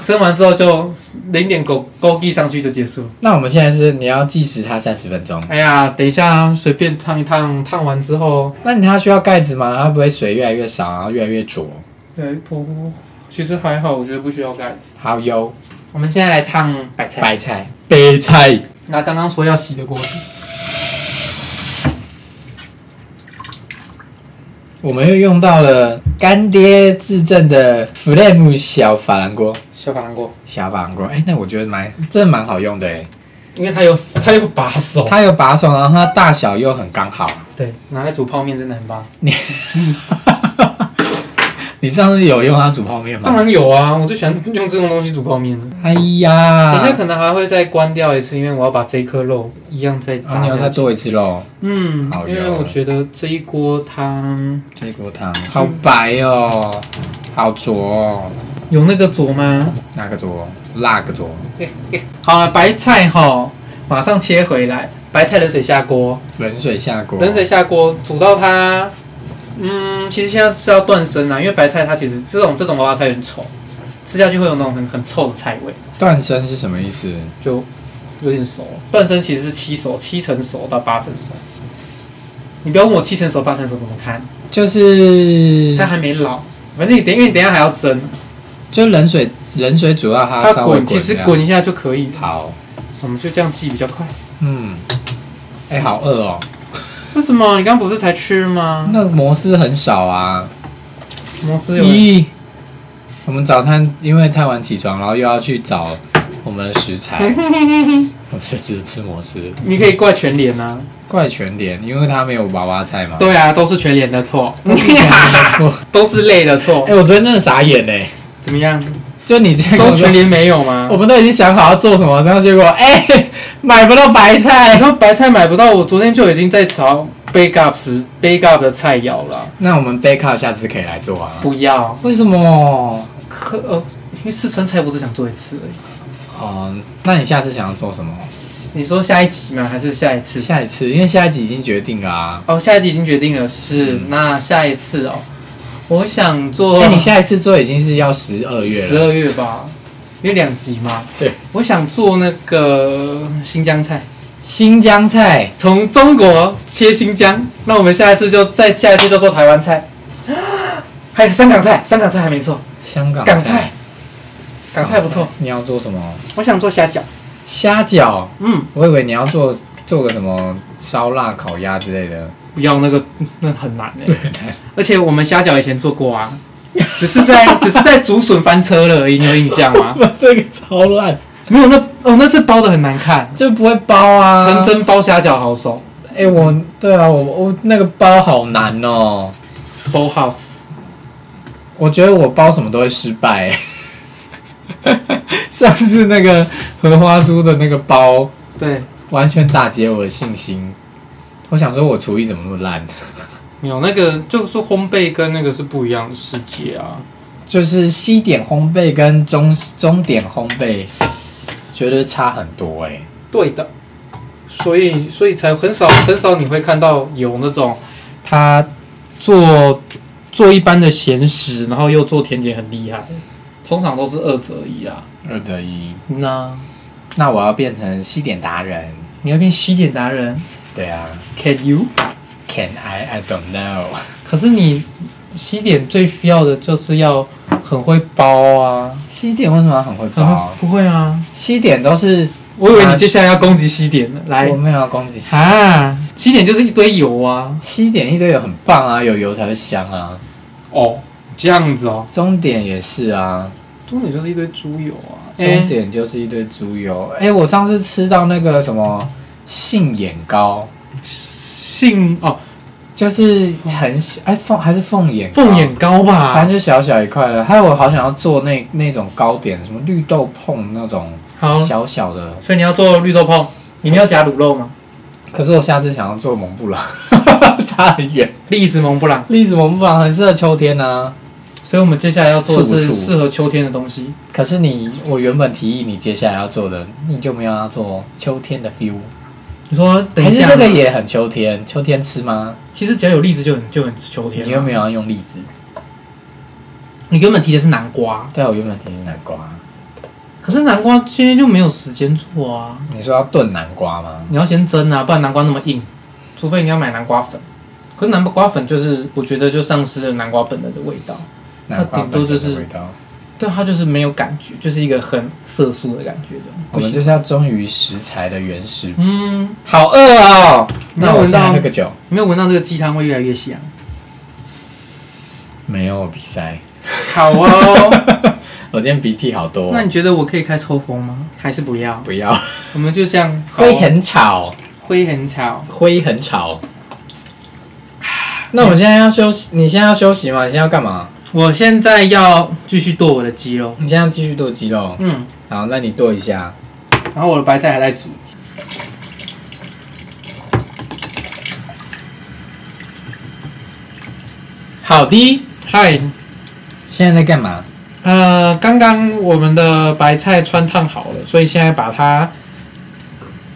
蒸完之后就淋点枸枸杞上去就结束了。那我们现在是你要计时它三十分钟，哎呀，等一下随便烫一烫，烫完之后，那你它需要盖子吗？它会不会水越来越少，然后越来越浊？对，不，其实还好，我觉得不需要盖子。好哟，我们现在来烫白菜，白菜，白菜，拿刚刚说要洗的锅子。我们又用到了干爹自赠的 Flame 小珐琅锅，小法兰锅，小珐琅锅，哎、那我觉得蛮真的蛮好用的哎，因为它有它有把手，它有把手，然后它大小又很刚好。对，拿来煮泡面真的很棒。你上次有用它煮泡面当吗？然有啊，我最喜欢用这种东西煮泡面了。哎等一下呀，可能还会再关掉一次，因为我要把这一颗肉一样再啊炸你要下再去。做一次喽，嗯，好因为油我觉得这一锅汤这锅汤嗯好白哦，好浊哦，有那个灼吗？那个浊？辣个浊？好了，白菜哈，马上切回来，白菜冷水下锅，冷水下锅，冷水下锅煮到它，嗯，其实现在是要断生啊啦，因为白菜它其实这种这种娃娃菜很丑，吃下去会有那种很很臭的菜味，断生是什么意思？就有点熟。断生其实是七熟，七成熟到八成熟。你不要问我七成熟八成熟怎么看，嗯就是它还没老，反正你等因为你等一下还要蒸，就冷水冷水煮到它它啊稍微滚其实这样滚一下就可以了，好，我们就这样记比较快。嗯，哎、好饿哦，为什么你刚不是才吃吗？那个摩斯很少啊。摩斯有人咦，我们早餐因为太晚起床，然后又要去找我们的食材，我们就只是吃摩斯。 [LAUGHS] 哎你可以怪全脸啊。怪全脸，因为它没有娃娃菜嘛。对啊，都是全脸的错， [LAUGHS] 没错。都是累的错哎、。我昨天真的傻眼嘞、怎么样？就你这说个，全脸没有吗我？们都已经想好要做什么，然后结果哎、买不到白然菜。后白菜买不到，我昨天就已经在炒 bake up 时 bake up 的菜肴了。那我们 bake up 下次可以来做啊。不要，为什么？可呃，因为四川菜我只想做一次而已。哦，那你下次想要做什么？你说下一集吗？还是下一次？下一次，因为下一集已经决定了啊。哦，下一集已经决定了，是那下一次哦，我想做那、哎你下一次做已经是要十二月啊十了。二月吧，因为两集嘛。对，我想做那个新疆菜。新疆菜，从中国切新疆，那我们下一次就再下一次就做台湾菜，还有香港菜，香港菜还没错，香港港菜，港菜不错。。你要做什么？我想做虾饺，虾饺。嗯，我以为你要做做个什么烧腊、烤鸭之类 [LAUGHS] 的。不要那个那很难哎、而且我们虾饺以前做过啊，只是在只是在竹笋翻车了而已，你有印象吗？ [LAUGHS] 这个超烂，没有那哦，那次包的很难看，就不会包啊。陈真包虾饺好手哎、我对啊，我我那个包好难哦。 ，Bowl House 我觉得我包什么都会失 [LAUGHS] 败、上次那个荷花酥的那个包，对，完全打击了我的信心。我想说，我厨艺怎么那么烂？没有那个就是烘焙跟那个是不一样的世界啊。就是西点烘焙跟中中点烘焙，觉得差很多哎、对的，所以所以才很少很少你会看到有那种他做做一般的咸食，然后又做甜点很厉害，通常都是二择一啊。二择一，那那我要变成西点达人。你要变西点达人对啊，Can you？ ，Can I? I don't know。可是你西点最需要的就是要很会包啊，西点为什么很会啊包？不会啊，西点都是我以为你接下来要攻击西点了，来我没有要攻击西，啊，西点就是一堆油啊。西点一堆有很棒啊，有油才会香啊。哦，这样子哦，终点也是啊，重点就是一堆猪油啊。终点就是一堆猪油。哎、我上次吃到那个什么杏眼膏，杏哦，就是很哎凤还是凤眼凤眼膏膏，反吧正，就小小一块的。还有我好想要做那那种糕点，什么绿豆碰那种好，小小的。所以你要做绿豆泡，你们要夹卤肉吗？可是我下次想要做蒙布朗， [LAUGHS] 差很远。栗子蒙布朗，栗子蒙布朗很适合秋天啊。所以我们接下来要做的树是不树适合秋天的东西。可是你，我原本提议你接下来要做的，你就没有要做秋天的 feel，你说等还一是这下，个，也很秋天？秋天吃吗？其实只要有栗子就很就很秋天你了。又没有要用栗子？你根本提的是南瓜，对啊，我原本提的是南瓜。可是南瓜现在就没有时间做啊！你说要炖南瓜吗？你要先蒸啊，不然南瓜那么硬，除非你要买南瓜粉。可是南瓜粉就是，我觉得就丧失了南瓜本来的味道，南瓜顶多本身的就是味道。对它就是没有感觉，就是一个很色素的感觉的。我不们行就是要忠于食材的原始。嗯，好饿哦！没那有我闻现在到喝，个酒。没有闻到这个鸡汤会越来越香。没有比赛，好哦， [LAUGHS] 我今天鼻涕好多。哦那你觉得我可以开抽风吗？还是不要？不要，我们就这样，会很吵。会很吵。 [SIGHS] 灰很吵。那我们现在要休息，你现在要休息吗？你现在要干嘛？我现在要继续剁我的鸡肉，你现在要继续剁鸡肉。嗯，好，那你剁一下。然后我的白菜还在煮。好的。嗨，现在在干嘛？呃，刚刚我们的白菜穿烫好了，所以现在把它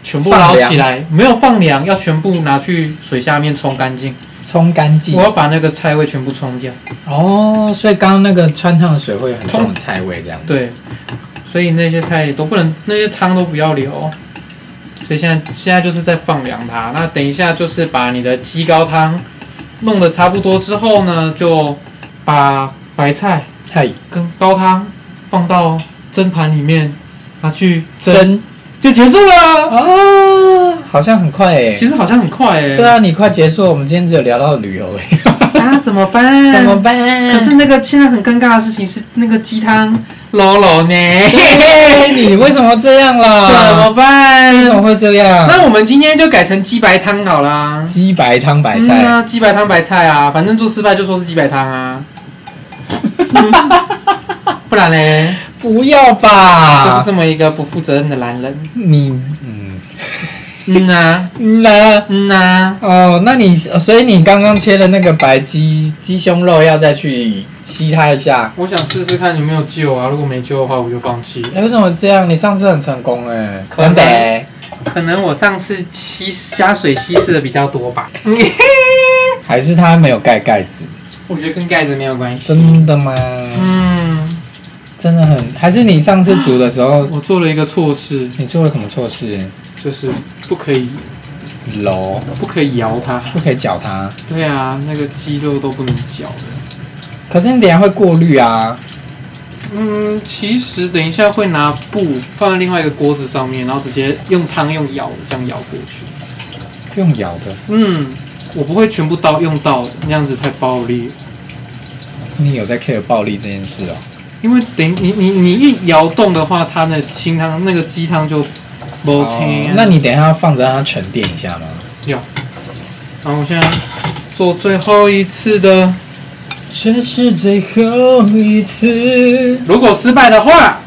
全部捞起来，没有放凉，要全部拿去水下面冲干净。冲干净我。要把那个菜味全部冲掉。哦，所以刚刚那个穿烫的水会有很重的菜味，这样。对，所以那些菜都不能，那些汤都不要留。所以现在现在就是在放凉它。那等一下就是把你的鸡高汤弄得差不多之后呢，就把白菜嗨，跟高汤放到蒸盘里面拿去蒸，蒸就结束了。啊，好像很快诶。其实好像很快哎、对啊，你快结束了，我们今天只有聊到旅游 [LAUGHS] 诶。啊，怎么办？怎么？办？可是那个现在很尴尬的事情是，那个鸡汤老老 [LAUGHS] 呢，嘿，你为什么这样啦？怎么办？为什么会这样？ [LAUGHS] 那我们今天就改成鸡白汤好啦。鸡白汤白菜。嗯啊，鸡白汤白菜啊，反正做失败就说是鸡白汤啊。嗯不然嘞， [LAUGHS] 不要就是吧，这么一个不负责任的男人。你嗯嗯啊，嗯啊嗯啊，哦，那你所以你刚刚切的那个白鸡鸡胸肉要再去吸它一下。我想试试看有没有救啊，如果没救的话，我就放弃。哎、为什么这样？你上次很成功哎、可真能的欸可能我上次稀加水稀释的比较多 [LAUGHS] 吧。还是它没有盖盖子？我觉得跟盖子没有关系。真的吗？嗯，真的很，还是你上次煮的时候，我做了一个错事，你做了什么错事？就是不可以揉，不可以摇它。不可以搅它。对啊，那个鸡肉都不能搅的。可是你等一下会过滤啊。嗯，其实等一下会拿布放在另外一个锅子上面，然后直接用汤用舀的这样舀过去。用咬的，嗯，我不会全部倒用到，那样子太暴力了。你有在 care 暴力这件事哦、因为等你你你一摇动的话，它的清汤那个鸡汤就不哦清、那你等一下要放着让它沉淀一下吗？然后我现在做最后一次的，这是最后一次，如果失败的话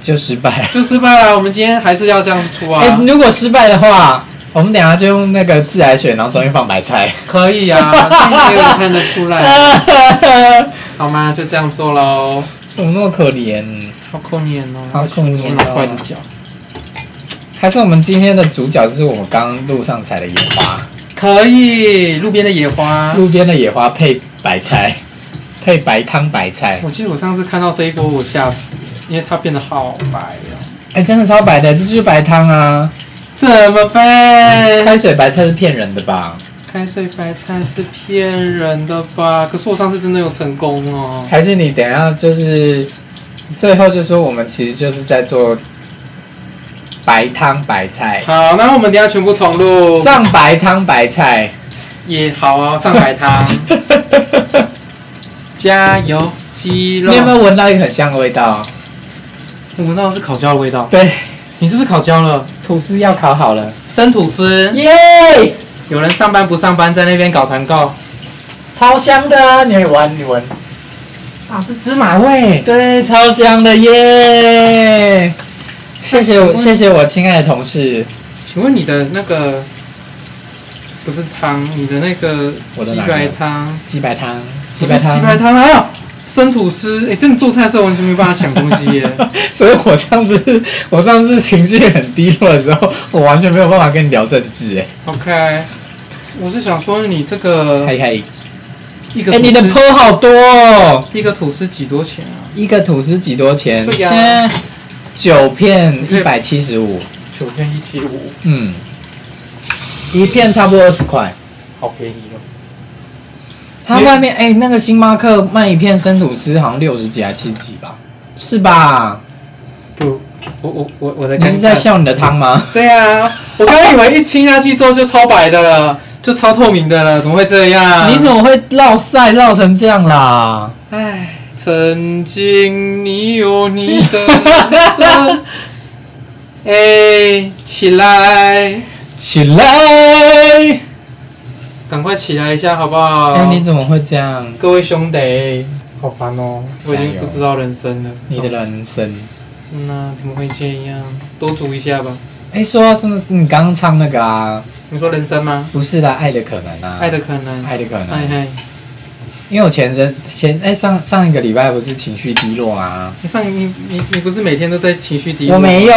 就失败。 [LAUGHS] 就失败了。我们今天还是要这样出啊，哎、如果失败的话，我们等一下就用那个自来水，然后中间放白菜。可以 [LAUGHS] 啊，这个看得出来， [LAUGHS] 怎好吗？就这样做喽。么那么可怜？好可怜哦，好可怜哦坏的脚。还是我们今天的主角是我们刚路上采的野花，可以，路边的野花。路边的野花配白菜，配白汤白菜。我记得我上次看到这一锅，我吓死了，因为它变得好白哦。哎、真的超白的，这就是白汤啊！怎么办？开水白菜是骗人的吧？开水白菜是骗人的吧？可是我上次真的有成功哦。还是你等一下就是最后就说我们其实就是在做白汤白菜，好，那我们等一下全部重录，上白汤白 [LAUGHS] 菜，也好啊，上白汤， [LAUGHS] 加油，鸡肉你有。没有闻到一个很香的味道？我闻到的是烤焦的味道，对，你是不是烤焦了？吐司要烤好了，生吐司，耶、有人上班不上班在那边搞团购，超香的啊！你闻，你闻，啊，是芝麻味。对，超香的耶谢谢我，谢谢我亲爱的同事，请问你的那个不是汤，你的那个我的鸡哪个白汤，鸡白汤，不鸡是白鸡白汤，汤，还有生吐司。哎、真的做菜的时候完全没办法想东西耶。 [LAUGHS] 所以我上次我上次情绪很低落的时候，我完全没有办法跟你聊政治，哎， OK，我是想说你这个嗨嗨，一个哎，吐你的司、坡好多哦。一个吐司几多钱啊？一个吐司几多钱？对呀现在九片一百七十五，九片一七五，嗯，一片差不多二十块。好便宜哦。它外面哎、那个星巴克卖一片生吐司好像六十几还七十几吧？是吧？不，我我我我的你尴是在尬。笑你的汤吗？对啊，我刚刚以为一亲下去之后就超白的了，就超透明的了，怎么会这 [LAUGHS] 样？你怎么会绕晒绕成这样啦？唉，哎曾经你有你的人生， [LAUGHS] 哎、起来，起来！哎、赶快起来一下好不好？你怎么会这样？各位兄弟，好烦哦，我已加经油不知道人生了。你的人生。嗯呐、怎么会这样？多煮一下吧。哎、说到生，你刚刚唱那个啊，你说人生吗？不是啦，爱的可能啊，爱的可能，爱的可能啊哎。哎，因为我前阵前哎、上上一个礼拜不是情绪低落啊，你上你你你不是每天都在情绪低落？我没，有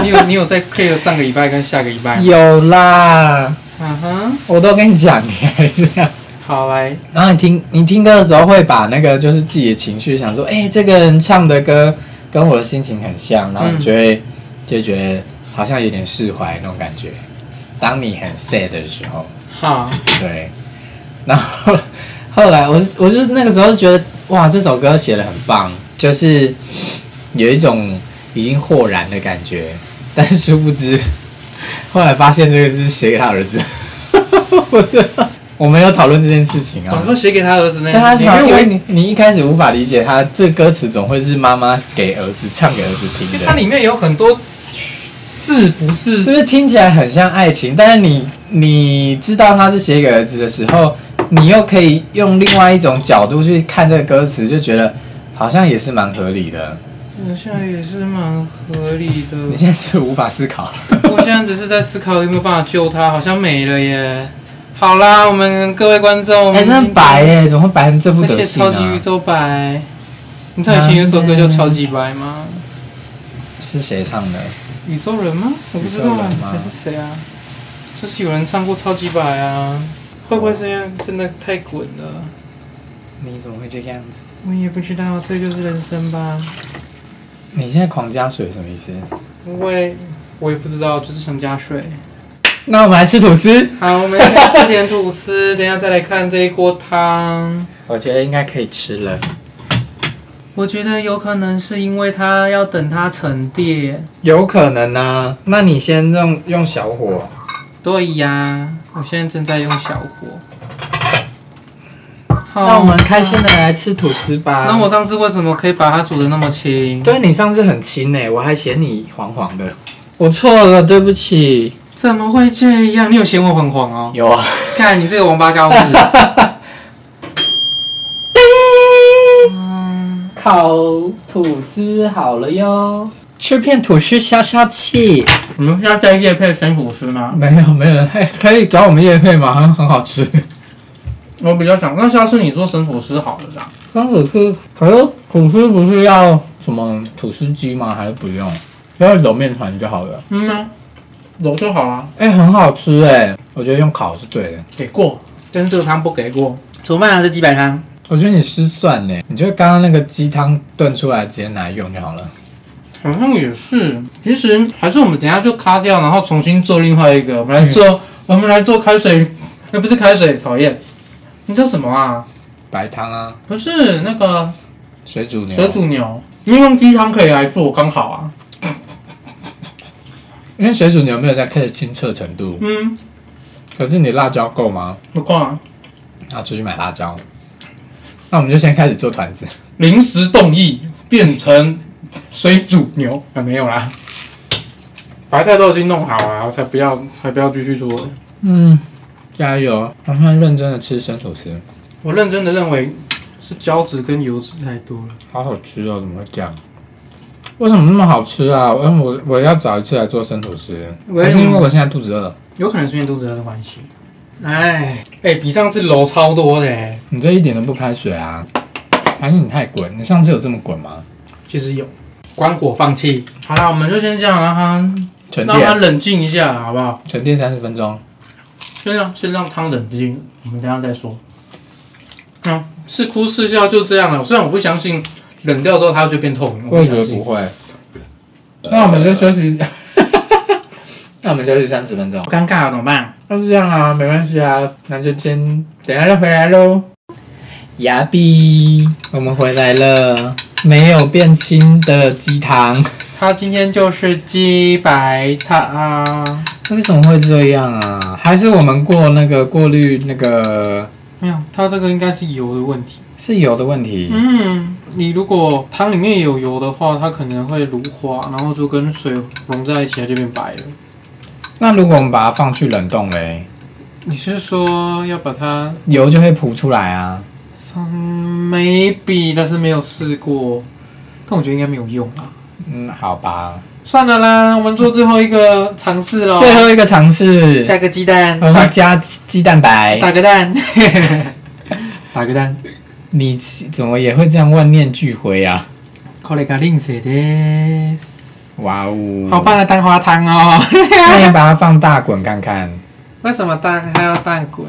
你有你有在 care 上个礼拜跟下个礼拜？有啦，嗯哼，我都跟你讲，你还这样。好来，然后你听你听歌的时候会把那个就是自己的情绪想说，哎、这个人唱的歌跟我的心情很像，然后嗯你就会、就觉得好像有点释怀那种感觉。当你很 sad 的时候，好，对，然后 [LAUGHS] 后来我我就是那个时候就觉得哇，这首歌写的很棒，就是有一种已经豁然的感觉，但是殊不知 [LAUGHS] 后来发现这个是写给他儿子， [LAUGHS] 我知道我没有讨论这件事情啊我。说写给他儿子那但他件事是情，因为因我为你你一开始无法理解他这歌词总会是妈妈给儿子唱给儿子听就它的，里面有很多字不是是不是听起来很像爱情？但是你你知道他是写给儿子的时候，你又可以用另外一种角度去看这个歌词，就觉得好像也是蛮合理的。我现在也是蛮合理你的。现在是无法思考，我现在只是在思考有没有办法救他，好像没了耶。好啦，我们各位观众，我 [LAUGHS] 哎、们真的很白耶、怎么会白成这副而德且行超级宇啊？宙白。你知道以前有一首歌叫《超级白》吗？嗯是谁唱的？宇宙人吗？我不知道宇宙啊人吗，还是谁啊？就是有人唱过《超级白》啊，会不会这样？真的太滚了。你怎么会这样子？我也不知道，这就是人生吧。你现在狂加水什么意思？因为我也不知道，就是想加水。那我们来吃吐司，好，我们先吃点吐司，等一下再来看这一锅汤。我觉得应该可以吃了。我觉得有可能是因为它要等它沉淀。有可能啊，那你先用用小火，对呀，我现在正在用小火。好那我们开心的来吃吐司吧。那我上次为什么可以把它煮的那么轻？，对啊你上次很亲呢、我还嫌你黄黄的。我错了，对不起。怎么会这样？你有嫌我很黄哦？有啊，看你这个王八羔子！嗯，烤吐司好了哟，吃片吐司消消气。你们是要在夜配生吐司吗？没有没有，哎，可以找我们叶配吗？很好吃。我比较想，那下次你做生吐司好了啦。刚吐司，可是吐司不是要什么吐司机吗？还是不用？只要揉面团就好了。嗯啊，揉就好啊啦。哎、很好吃哎、我觉得用烤是对的。给过，但是这个汤不给过。煮饭还啊是鸡白汤？我觉得你失算呢，你就刚刚那个鸡汤炖出来直接拿来用就好了。好像也是。其实还是我们等一下就卡掉，然后重新做另外一个。我们来做，我们来做开水，呃那、不是开水，讨厌。那叫什么啊？白汤啊，不是那个水煮牛，水煮牛，因为用鸡汤可以来做，刚好啊。因为水煮牛没有在看清澈程度，嗯，可是你辣椒够吗？不够啊。那出去买辣椒。那我们就先开始做团子，临时动议变成水煮牛啊，没有啦。白菜都已经弄好了，我才不要，才不要继续做了。嗯，加油！我现在认真的吃生吐司，我认真的认为是胶质跟油脂太多了。好好吃哦，怎么会这样？为什么那么好吃啊？我我我要找一次来做生吐司，为还什是么因为我现在肚子饿？有可能是因为肚子饿的关系。哎，哎、比上次楼超多的、欸，你这一点都不开水啊？还是你太滚？你上次有这么滚吗？其实有。关火放气。好啦，我们就先这样，让它沉让它淀，冷静一下，好不好？沉淀三十分钟。先让先让汤冷静，我们等一下再说。啊，是哭是笑就这样了。虽然我不相信冷掉之后它就变透明，我我不也觉相得信不。会。那我们就休息一下， [LAUGHS] 那我们休息三十分钟。尴尬了怎么办？那就这样啊，没关系啊，那就先等一下就回来喽。牙比，我们回来了，没有变轻的鸡汤，他今天就是鸡白汤，啊为什么会这样啊？还是我们过那个过滤那个没有，哎他这个应该是油的问题。是油的问题？嗯，你如果汤里面有油的话，它可能会乳化，然后就跟水融在一起，它就变白了。那如果我们把它放去冷冻嘞，你是说要把它油就会扑出来啊。嗯 maybe，但是没有试过，但我觉得应该没有用啊。嗯，好吧，算了啦，我们做最后一个尝试喽。最后一个尝试， [LAUGHS] 加个鸡蛋，我们打会加鸡鸡蛋白。打个蛋， [LAUGHS] 打个蛋。你怎么也会这样万念俱灰啊？これが另式です。哇哦，好棒的蛋花汤哦！那你把它放大滚看看。为什么蛋还要蛋滚？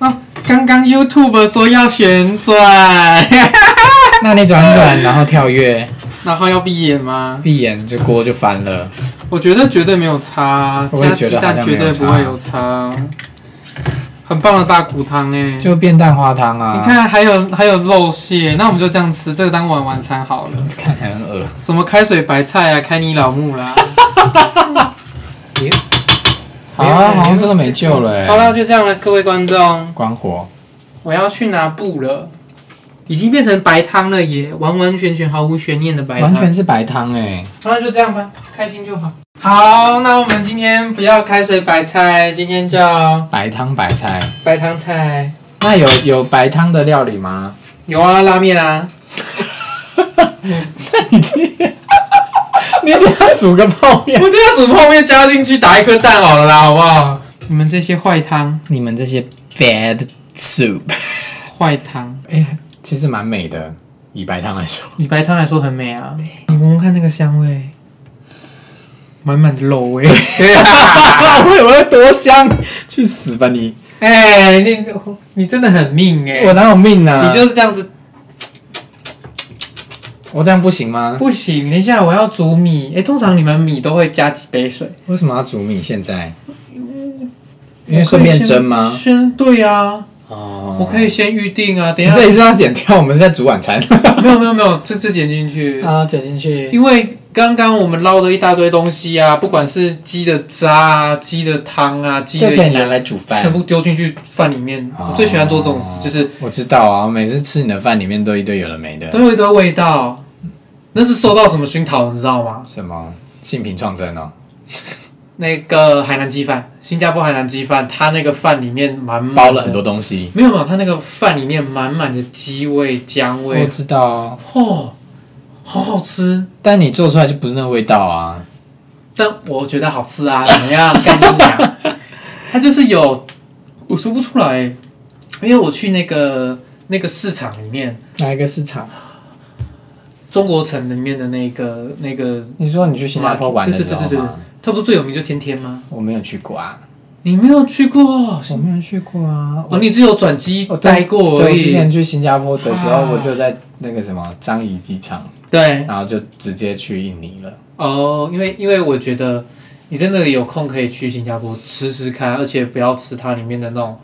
哦，刚刚 YouTube 说要旋转， [LAUGHS] 那你转转，然后跳跃，然后要闭眼吗？闭眼就锅就翻了。我觉得绝对没有差，啊我加也鸡觉得好蛋像绝没对有不差会有差。很棒的大骨汤哎、就变蛋花汤啊！你，看还有还有肉蟹，那我们就这样吃，这个当晚晚餐好了。看起来很恶。什么开水白菜啊，开你老母啦！好啊，好像真的没救了、欸。好了，，就这样了，各位观众，关火。我要去拿布了。已经变成白汤了耶，完完全全毫无悬念的白汤。完全是白汤哎、好了，就这样吧，开心就好。好，那我们今天不要开水白菜，今天叫白汤白菜。白汤菜。那有有白汤的料理 [LAUGHS] 吗？有啊，拉面 [LAUGHS] 啊，你这， [LAUGHS] 你等下煮个泡面。我都要煮泡面加进去，打一颗蛋好了啦，好不好？你们这些坏汤，你们这些 bad soup，坏汤，哎、其实蛮美的，以白汤来说。以白汤来说很美啊。你闻闻看那个香味，满满的肉味。啊，我以为多香，去死吧你！ [LAUGHS] 哎、你你真的很命哎、我哪有命啊？你就是这样子我这样不行吗？不行。等一下我要煮米，哎、通常你们米都会加几杯水？为什么要煮米？现在？因为顺便蒸吗我可以？先先对啊，哦我可以先预定啊。等你一下这里是要剪掉，我们是在煮晚餐。没有没有没有，这这剪进去。啊，剪进去。因为刚刚我们捞的一大堆东西啊，不管是鸡的渣啊、鸡的汤啊、鸡就的可以盐，拿来煮饭。全部丢进去饭里面。哦我最喜欢做这种事，就是我知道啊，我每次吃你的饭里面都一堆有的没的都。有一堆味道。那是收到什么熏陶，你知道吗？什么性平创真哦，那个海南鸡饭，新加坡海南鸡饭，它那个饭里面满满的包了很多，东西。没有没有，它那个饭里面满满的鸡味、姜我味，知道啊，哦，好好吃。但你做出来就不是那个味道啊。但我觉得好吃啊， [LAUGHS] 怎么样？干你娘！ [LAUGHS] 它就是有，我说不出来，因为我去那个那个市场里面，哪一个市场？中国城里面的那个那个，你说你去新加坡玩的时候对对对对吗？它不是最有名就天天吗？我没有去过啊，你没有去过我没有去过啊。哦，你只有转机我待过而对，我之已。前去新加坡的时候，啊我就在那个什么樟宜机场，对然后就直接去印尼了。哦，因为因为我觉得你真的有空可以去新加坡吃吃看，而且不要吃它里面的那种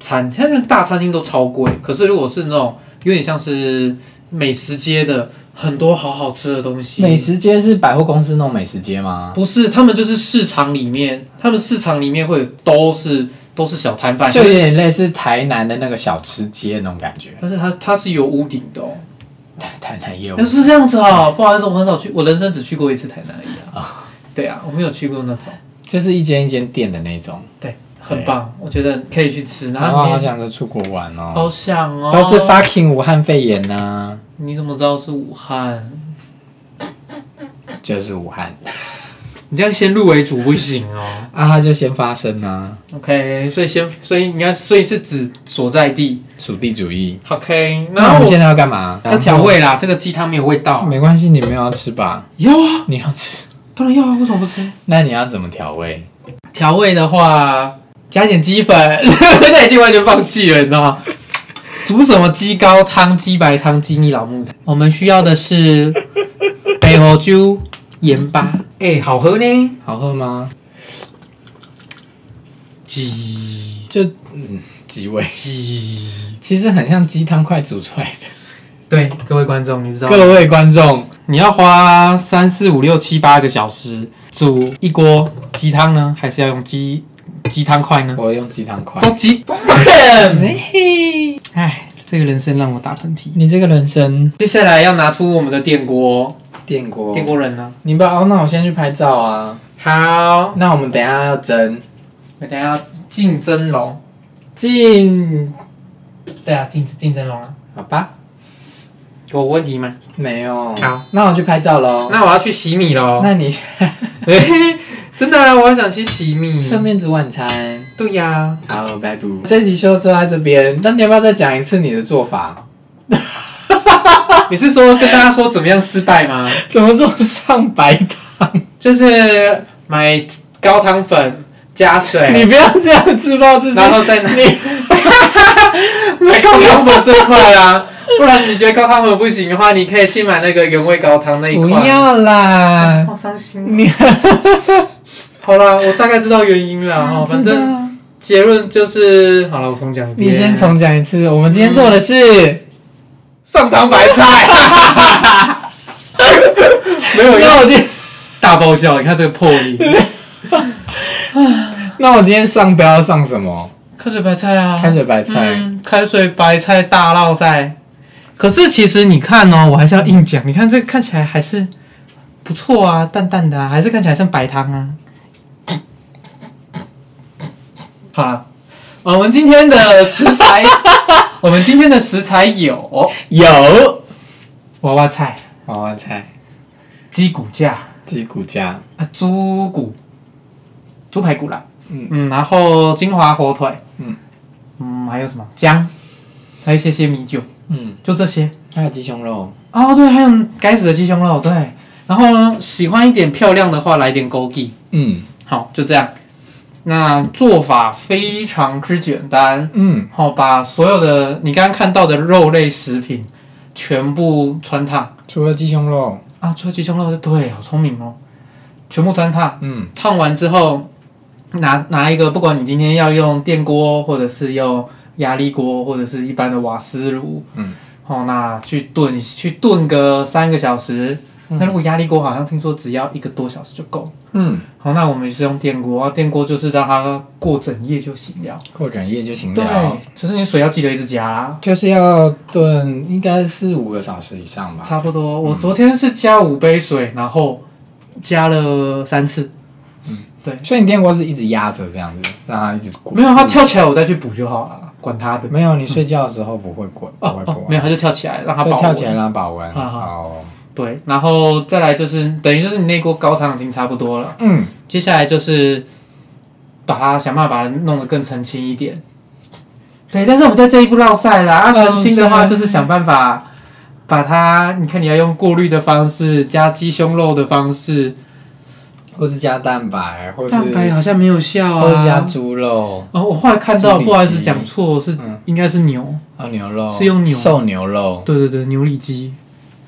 餐，它那大餐厅都超贵。可是如果是那种有点像是美食街的很多好好吃的东西。美食街是百货公司弄美食街吗？不是，他们就是市场里面，他们市场里面会有都是都是小摊贩，就有点类似台南的那个小吃街那种感觉。但是它它是有屋顶的哦。台台南也有那是这样子啊、不好意思，我很少去，我人生只去过一次台南而已啊。对啊，我没有去过那种，就是一间一间店的那种。对，很棒，我觉得可以去吃。然然后后好里面想着出国玩好哦，想哦，都是 fucking 武汉肺炎啊呐、你怎么知道是武汉？就是武汉你这样先入为主不行哦啊，它就先发生呐、啊，OK，所以先，所以你看，所以是指所在地属地主义。 ，OK。那我然们后现在要干嘛？要调味啦，这个鸡汤没有味道。没关系，你没有要吃吧？要啊，你要吃，当然要啊，为什么不吃？那你要怎么调味？调味的话，加一点鸡粉， [LAUGHS] 现在已经完全放弃了，你知道吗？煮什么鸡高汤、鸡白汤、鸡腻老木汤？我们需要的是白胡酒、盐巴，哎、好喝呢，好喝吗？鸡就嗯，鸡味，鸡。其实很像鸡汤快煮出来的。对，各位观众，你知道吗各位观众，你要花三四五六七八个小时煮一锅鸡汤呢，还是要用鸡鸡汤块呢？我用鸡汤快。都 [LAUGHS] 鸡。哎，这个人生让我打喷嚏。你这个人生接下来要拿出我们的电锅，电锅电锅人呢、你不要、哦，那我先去拍照啊。好，那我们等一下要蒸我等一下进蒸笼，进，对啊，进进蒸笼啊，好吧？有问题吗？没有。好，那我去拍照喽。那我要 [LAUGHS] 去洗米喽。那 [LAUGHS] 你嗯真的、啊，我要想去洗米。顺便煮晚餐。对呀、好，拜拜。这集就说到这边，那你要不要再讲一次你的做法？你是说跟大家说怎么样失败 [LAUGHS] 吗？怎么做上白糖？就是买高汤粉加 [LAUGHS] 你水，不要这样自暴自弃。然后再拿 [LAUGHS] 你买高汤粉啊最快啦。 [LAUGHS] 不然你觉得高汤粉不行的话，你可以去买那个原味高汤那一不款。要啦。好伤心。 [LAUGHS] 你啊好啦，我大概知道原因了哈、啊反真正的啊结论就是，好了，我重讲一遍。你先重讲一次。我们今天做的是，嗯上汤白菜，没有 [LAUGHS] 那要我 [LAUGHS] 今大爆笑，你看这个破 [LAUGHS] 音。那我今天上标要上什么？开水白菜啊，开水白菜。嗯，开水白菜大烙赛。可是其实你看哦，我还是要硬讲，你看这个看起来还是不错啊，淡淡的、啊，还是看起来像白汤啊。好啦，我们今天的食材， [LAUGHS] 我们今天的食材有有娃娃菜、娃娃菜、鸡骨架鸡骨架、啊、猪骨、猪排骨啦，嗯嗯，然后金华火腿，嗯嗯，还有什么姜，还有一些些米酒，嗯，就这些。还有鸡胸肉，哦，对，还有该死的鸡胸肉，对。然后呢，喜欢一点漂亮的话，来点枸杞。嗯好，就这样。那做法非常之简单，嗯，好、把所有的你刚刚看到的肉类食品全部穿烫除了鸡胸肉，啊，除了鸡胸肉，对，好聪明哦，全部穿烫。嗯烫完之后，拿拿一个，不管你今天要用电锅，或者是用压力锅，或者是一般的瓦斯炉，嗯，哦，那去炖去炖个三个小时。那如果压力锅好像听说只要一个多小时就够。嗯，好，那我们是用电锅，啊电锅就是让它过整夜就行了。过整夜就行对嗯了，，就是你水要记得一直加啊、就是要炖，应该是五个小时以上吧。差不多。我昨天是加五杯水，然后加了三次。所以你电锅是一直压着这样子，让它一直滚。没有，它跳起来我再去补就好了，管它的。没有，你睡觉的时候不会滚，不哦会哦滚，，没有，它就跳起来，让它就保跳起温来让它保温。好好好，对，然后再来就是等于就是你那锅高汤已经差不多了，嗯，接下来就是把它想办法把它弄得更澄清一点。对，但是我们在这一步落赛了啊，落赛澄清的话就是想办法把它，你看你要用过滤的方式，加鸡胸肉的方式，或是加蛋白，或是蛋白好像没有效或是加啊。猪肉，哦，我后来看到，猪里不好意思脊讲错，是嗯应该是牛，还有啊牛肉，是用牛瘦牛肉。对对对，牛里脊，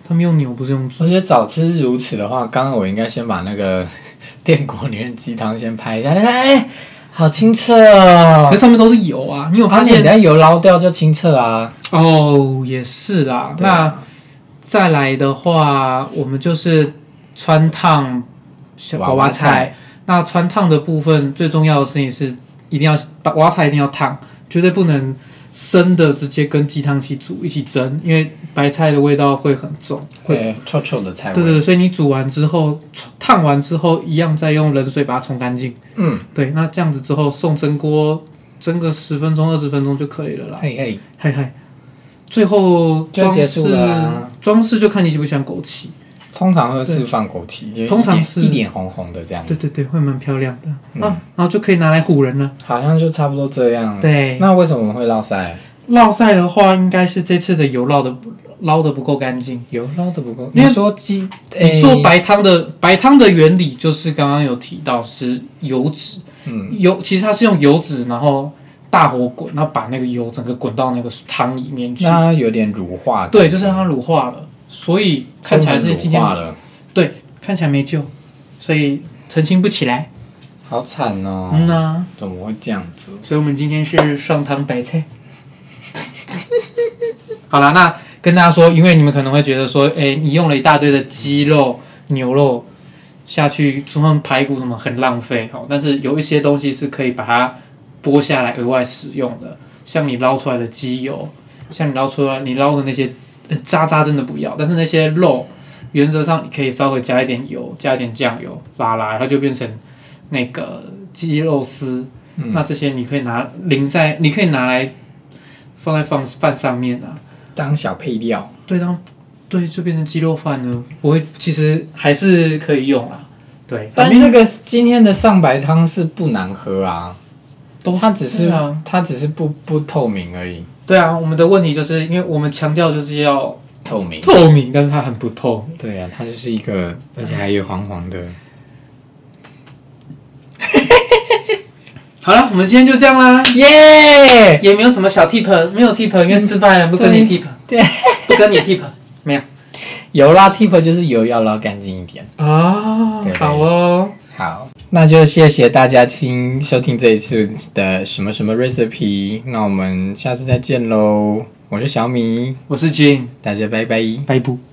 他们用牛不是用猪我。觉得早知如此的话，刚刚我应该先把那个 [LAUGHS] 电锅里面鸡汤先拍一下，你看，哎、好清澈哦可。是上面都是油啊，你有而发且现你？在油捞掉就清澈啊。哦，也是啦。对那啊再来的话，我们就是川烫小娃娃娃菜。那川烫的部分最重要的事情是，一定要把娃娃菜一定要烫，绝对不能生的直接跟鸡汤一起煮一起蒸，因为白菜的味道会很重，会会臭臭的菜对味。对对，所以你煮完之后，烫完之后，一样再用冷水把它冲干净。嗯，对，那这样子之后送蒸锅，蒸个十分钟、二十分钟就可以了啦。嘿嘿，嗨嗨，最后就装结束饰了啊装饰就看你喜不喜欢枸杞。通常都是放枸杞，就一通常点是一点红红的这样，对对对，会蛮漂亮的、嗯啊，然后就可以拿来唬人了。好像就差不多这样。，对，那为什么会落腮？烙晒的话，应该是这次的油烙的捞的不够干净。油捞的不够。因你为说鸡，哎诶你做白汤的白汤的原理就是刚刚有提到是油脂，嗯，油其实它是用油脂，然后大火滚，然后把那个油整个滚到那个汤里面去。那有点乳化。对，就是让它乳化了，所以看起来是今天乳化了，对看起来没救，所以澄清不起来。好惨哦。嗯呐、怎么会这样子？所以我们今天是上汤白菜。 [LAUGHS] 好啦，那跟大家说，因为你们可能会觉得说，哎、你用了一大堆的鸡肉、牛肉下去，煮上排骨什么很浪费哦。但是有一些东西是可以把它剥下来额外使用的，像你捞出来的鸡油，像你捞出来你捞的那些、呃、渣渣真的不要，但是那些肉原则上你可以稍微加一点油，加一点酱油拉拉，它就变成那个鸡肉丝。那这些你可以拿淋在，你可以拿来放在放饭上面啊。当小配料，对，当对就变成鸡肉饭了。我会其实还是可以用啦。对，但反正这个今天的上白汤是不难喝啊，都它只是、对啊它只是不不透明而已，对啊。我们的问题就是因为我们强调就是要透明。透明，但是它很不透明。对啊，它就是一个，而且还有黄黄的。好了，我们今天就这样啦，耶、也没有什么小 tip，没有 tip，因为失 [LAUGHS] 败了，不跟你 tip，对，不跟你 tip，没有油啦 tip 就是油要捞干净一点。啊对好哦，好，那就谢谢大家听收听这一次的什么什么 recipe，那我们下次再见喽。我是小米，我是 Jane，大家拜拜。拜拜。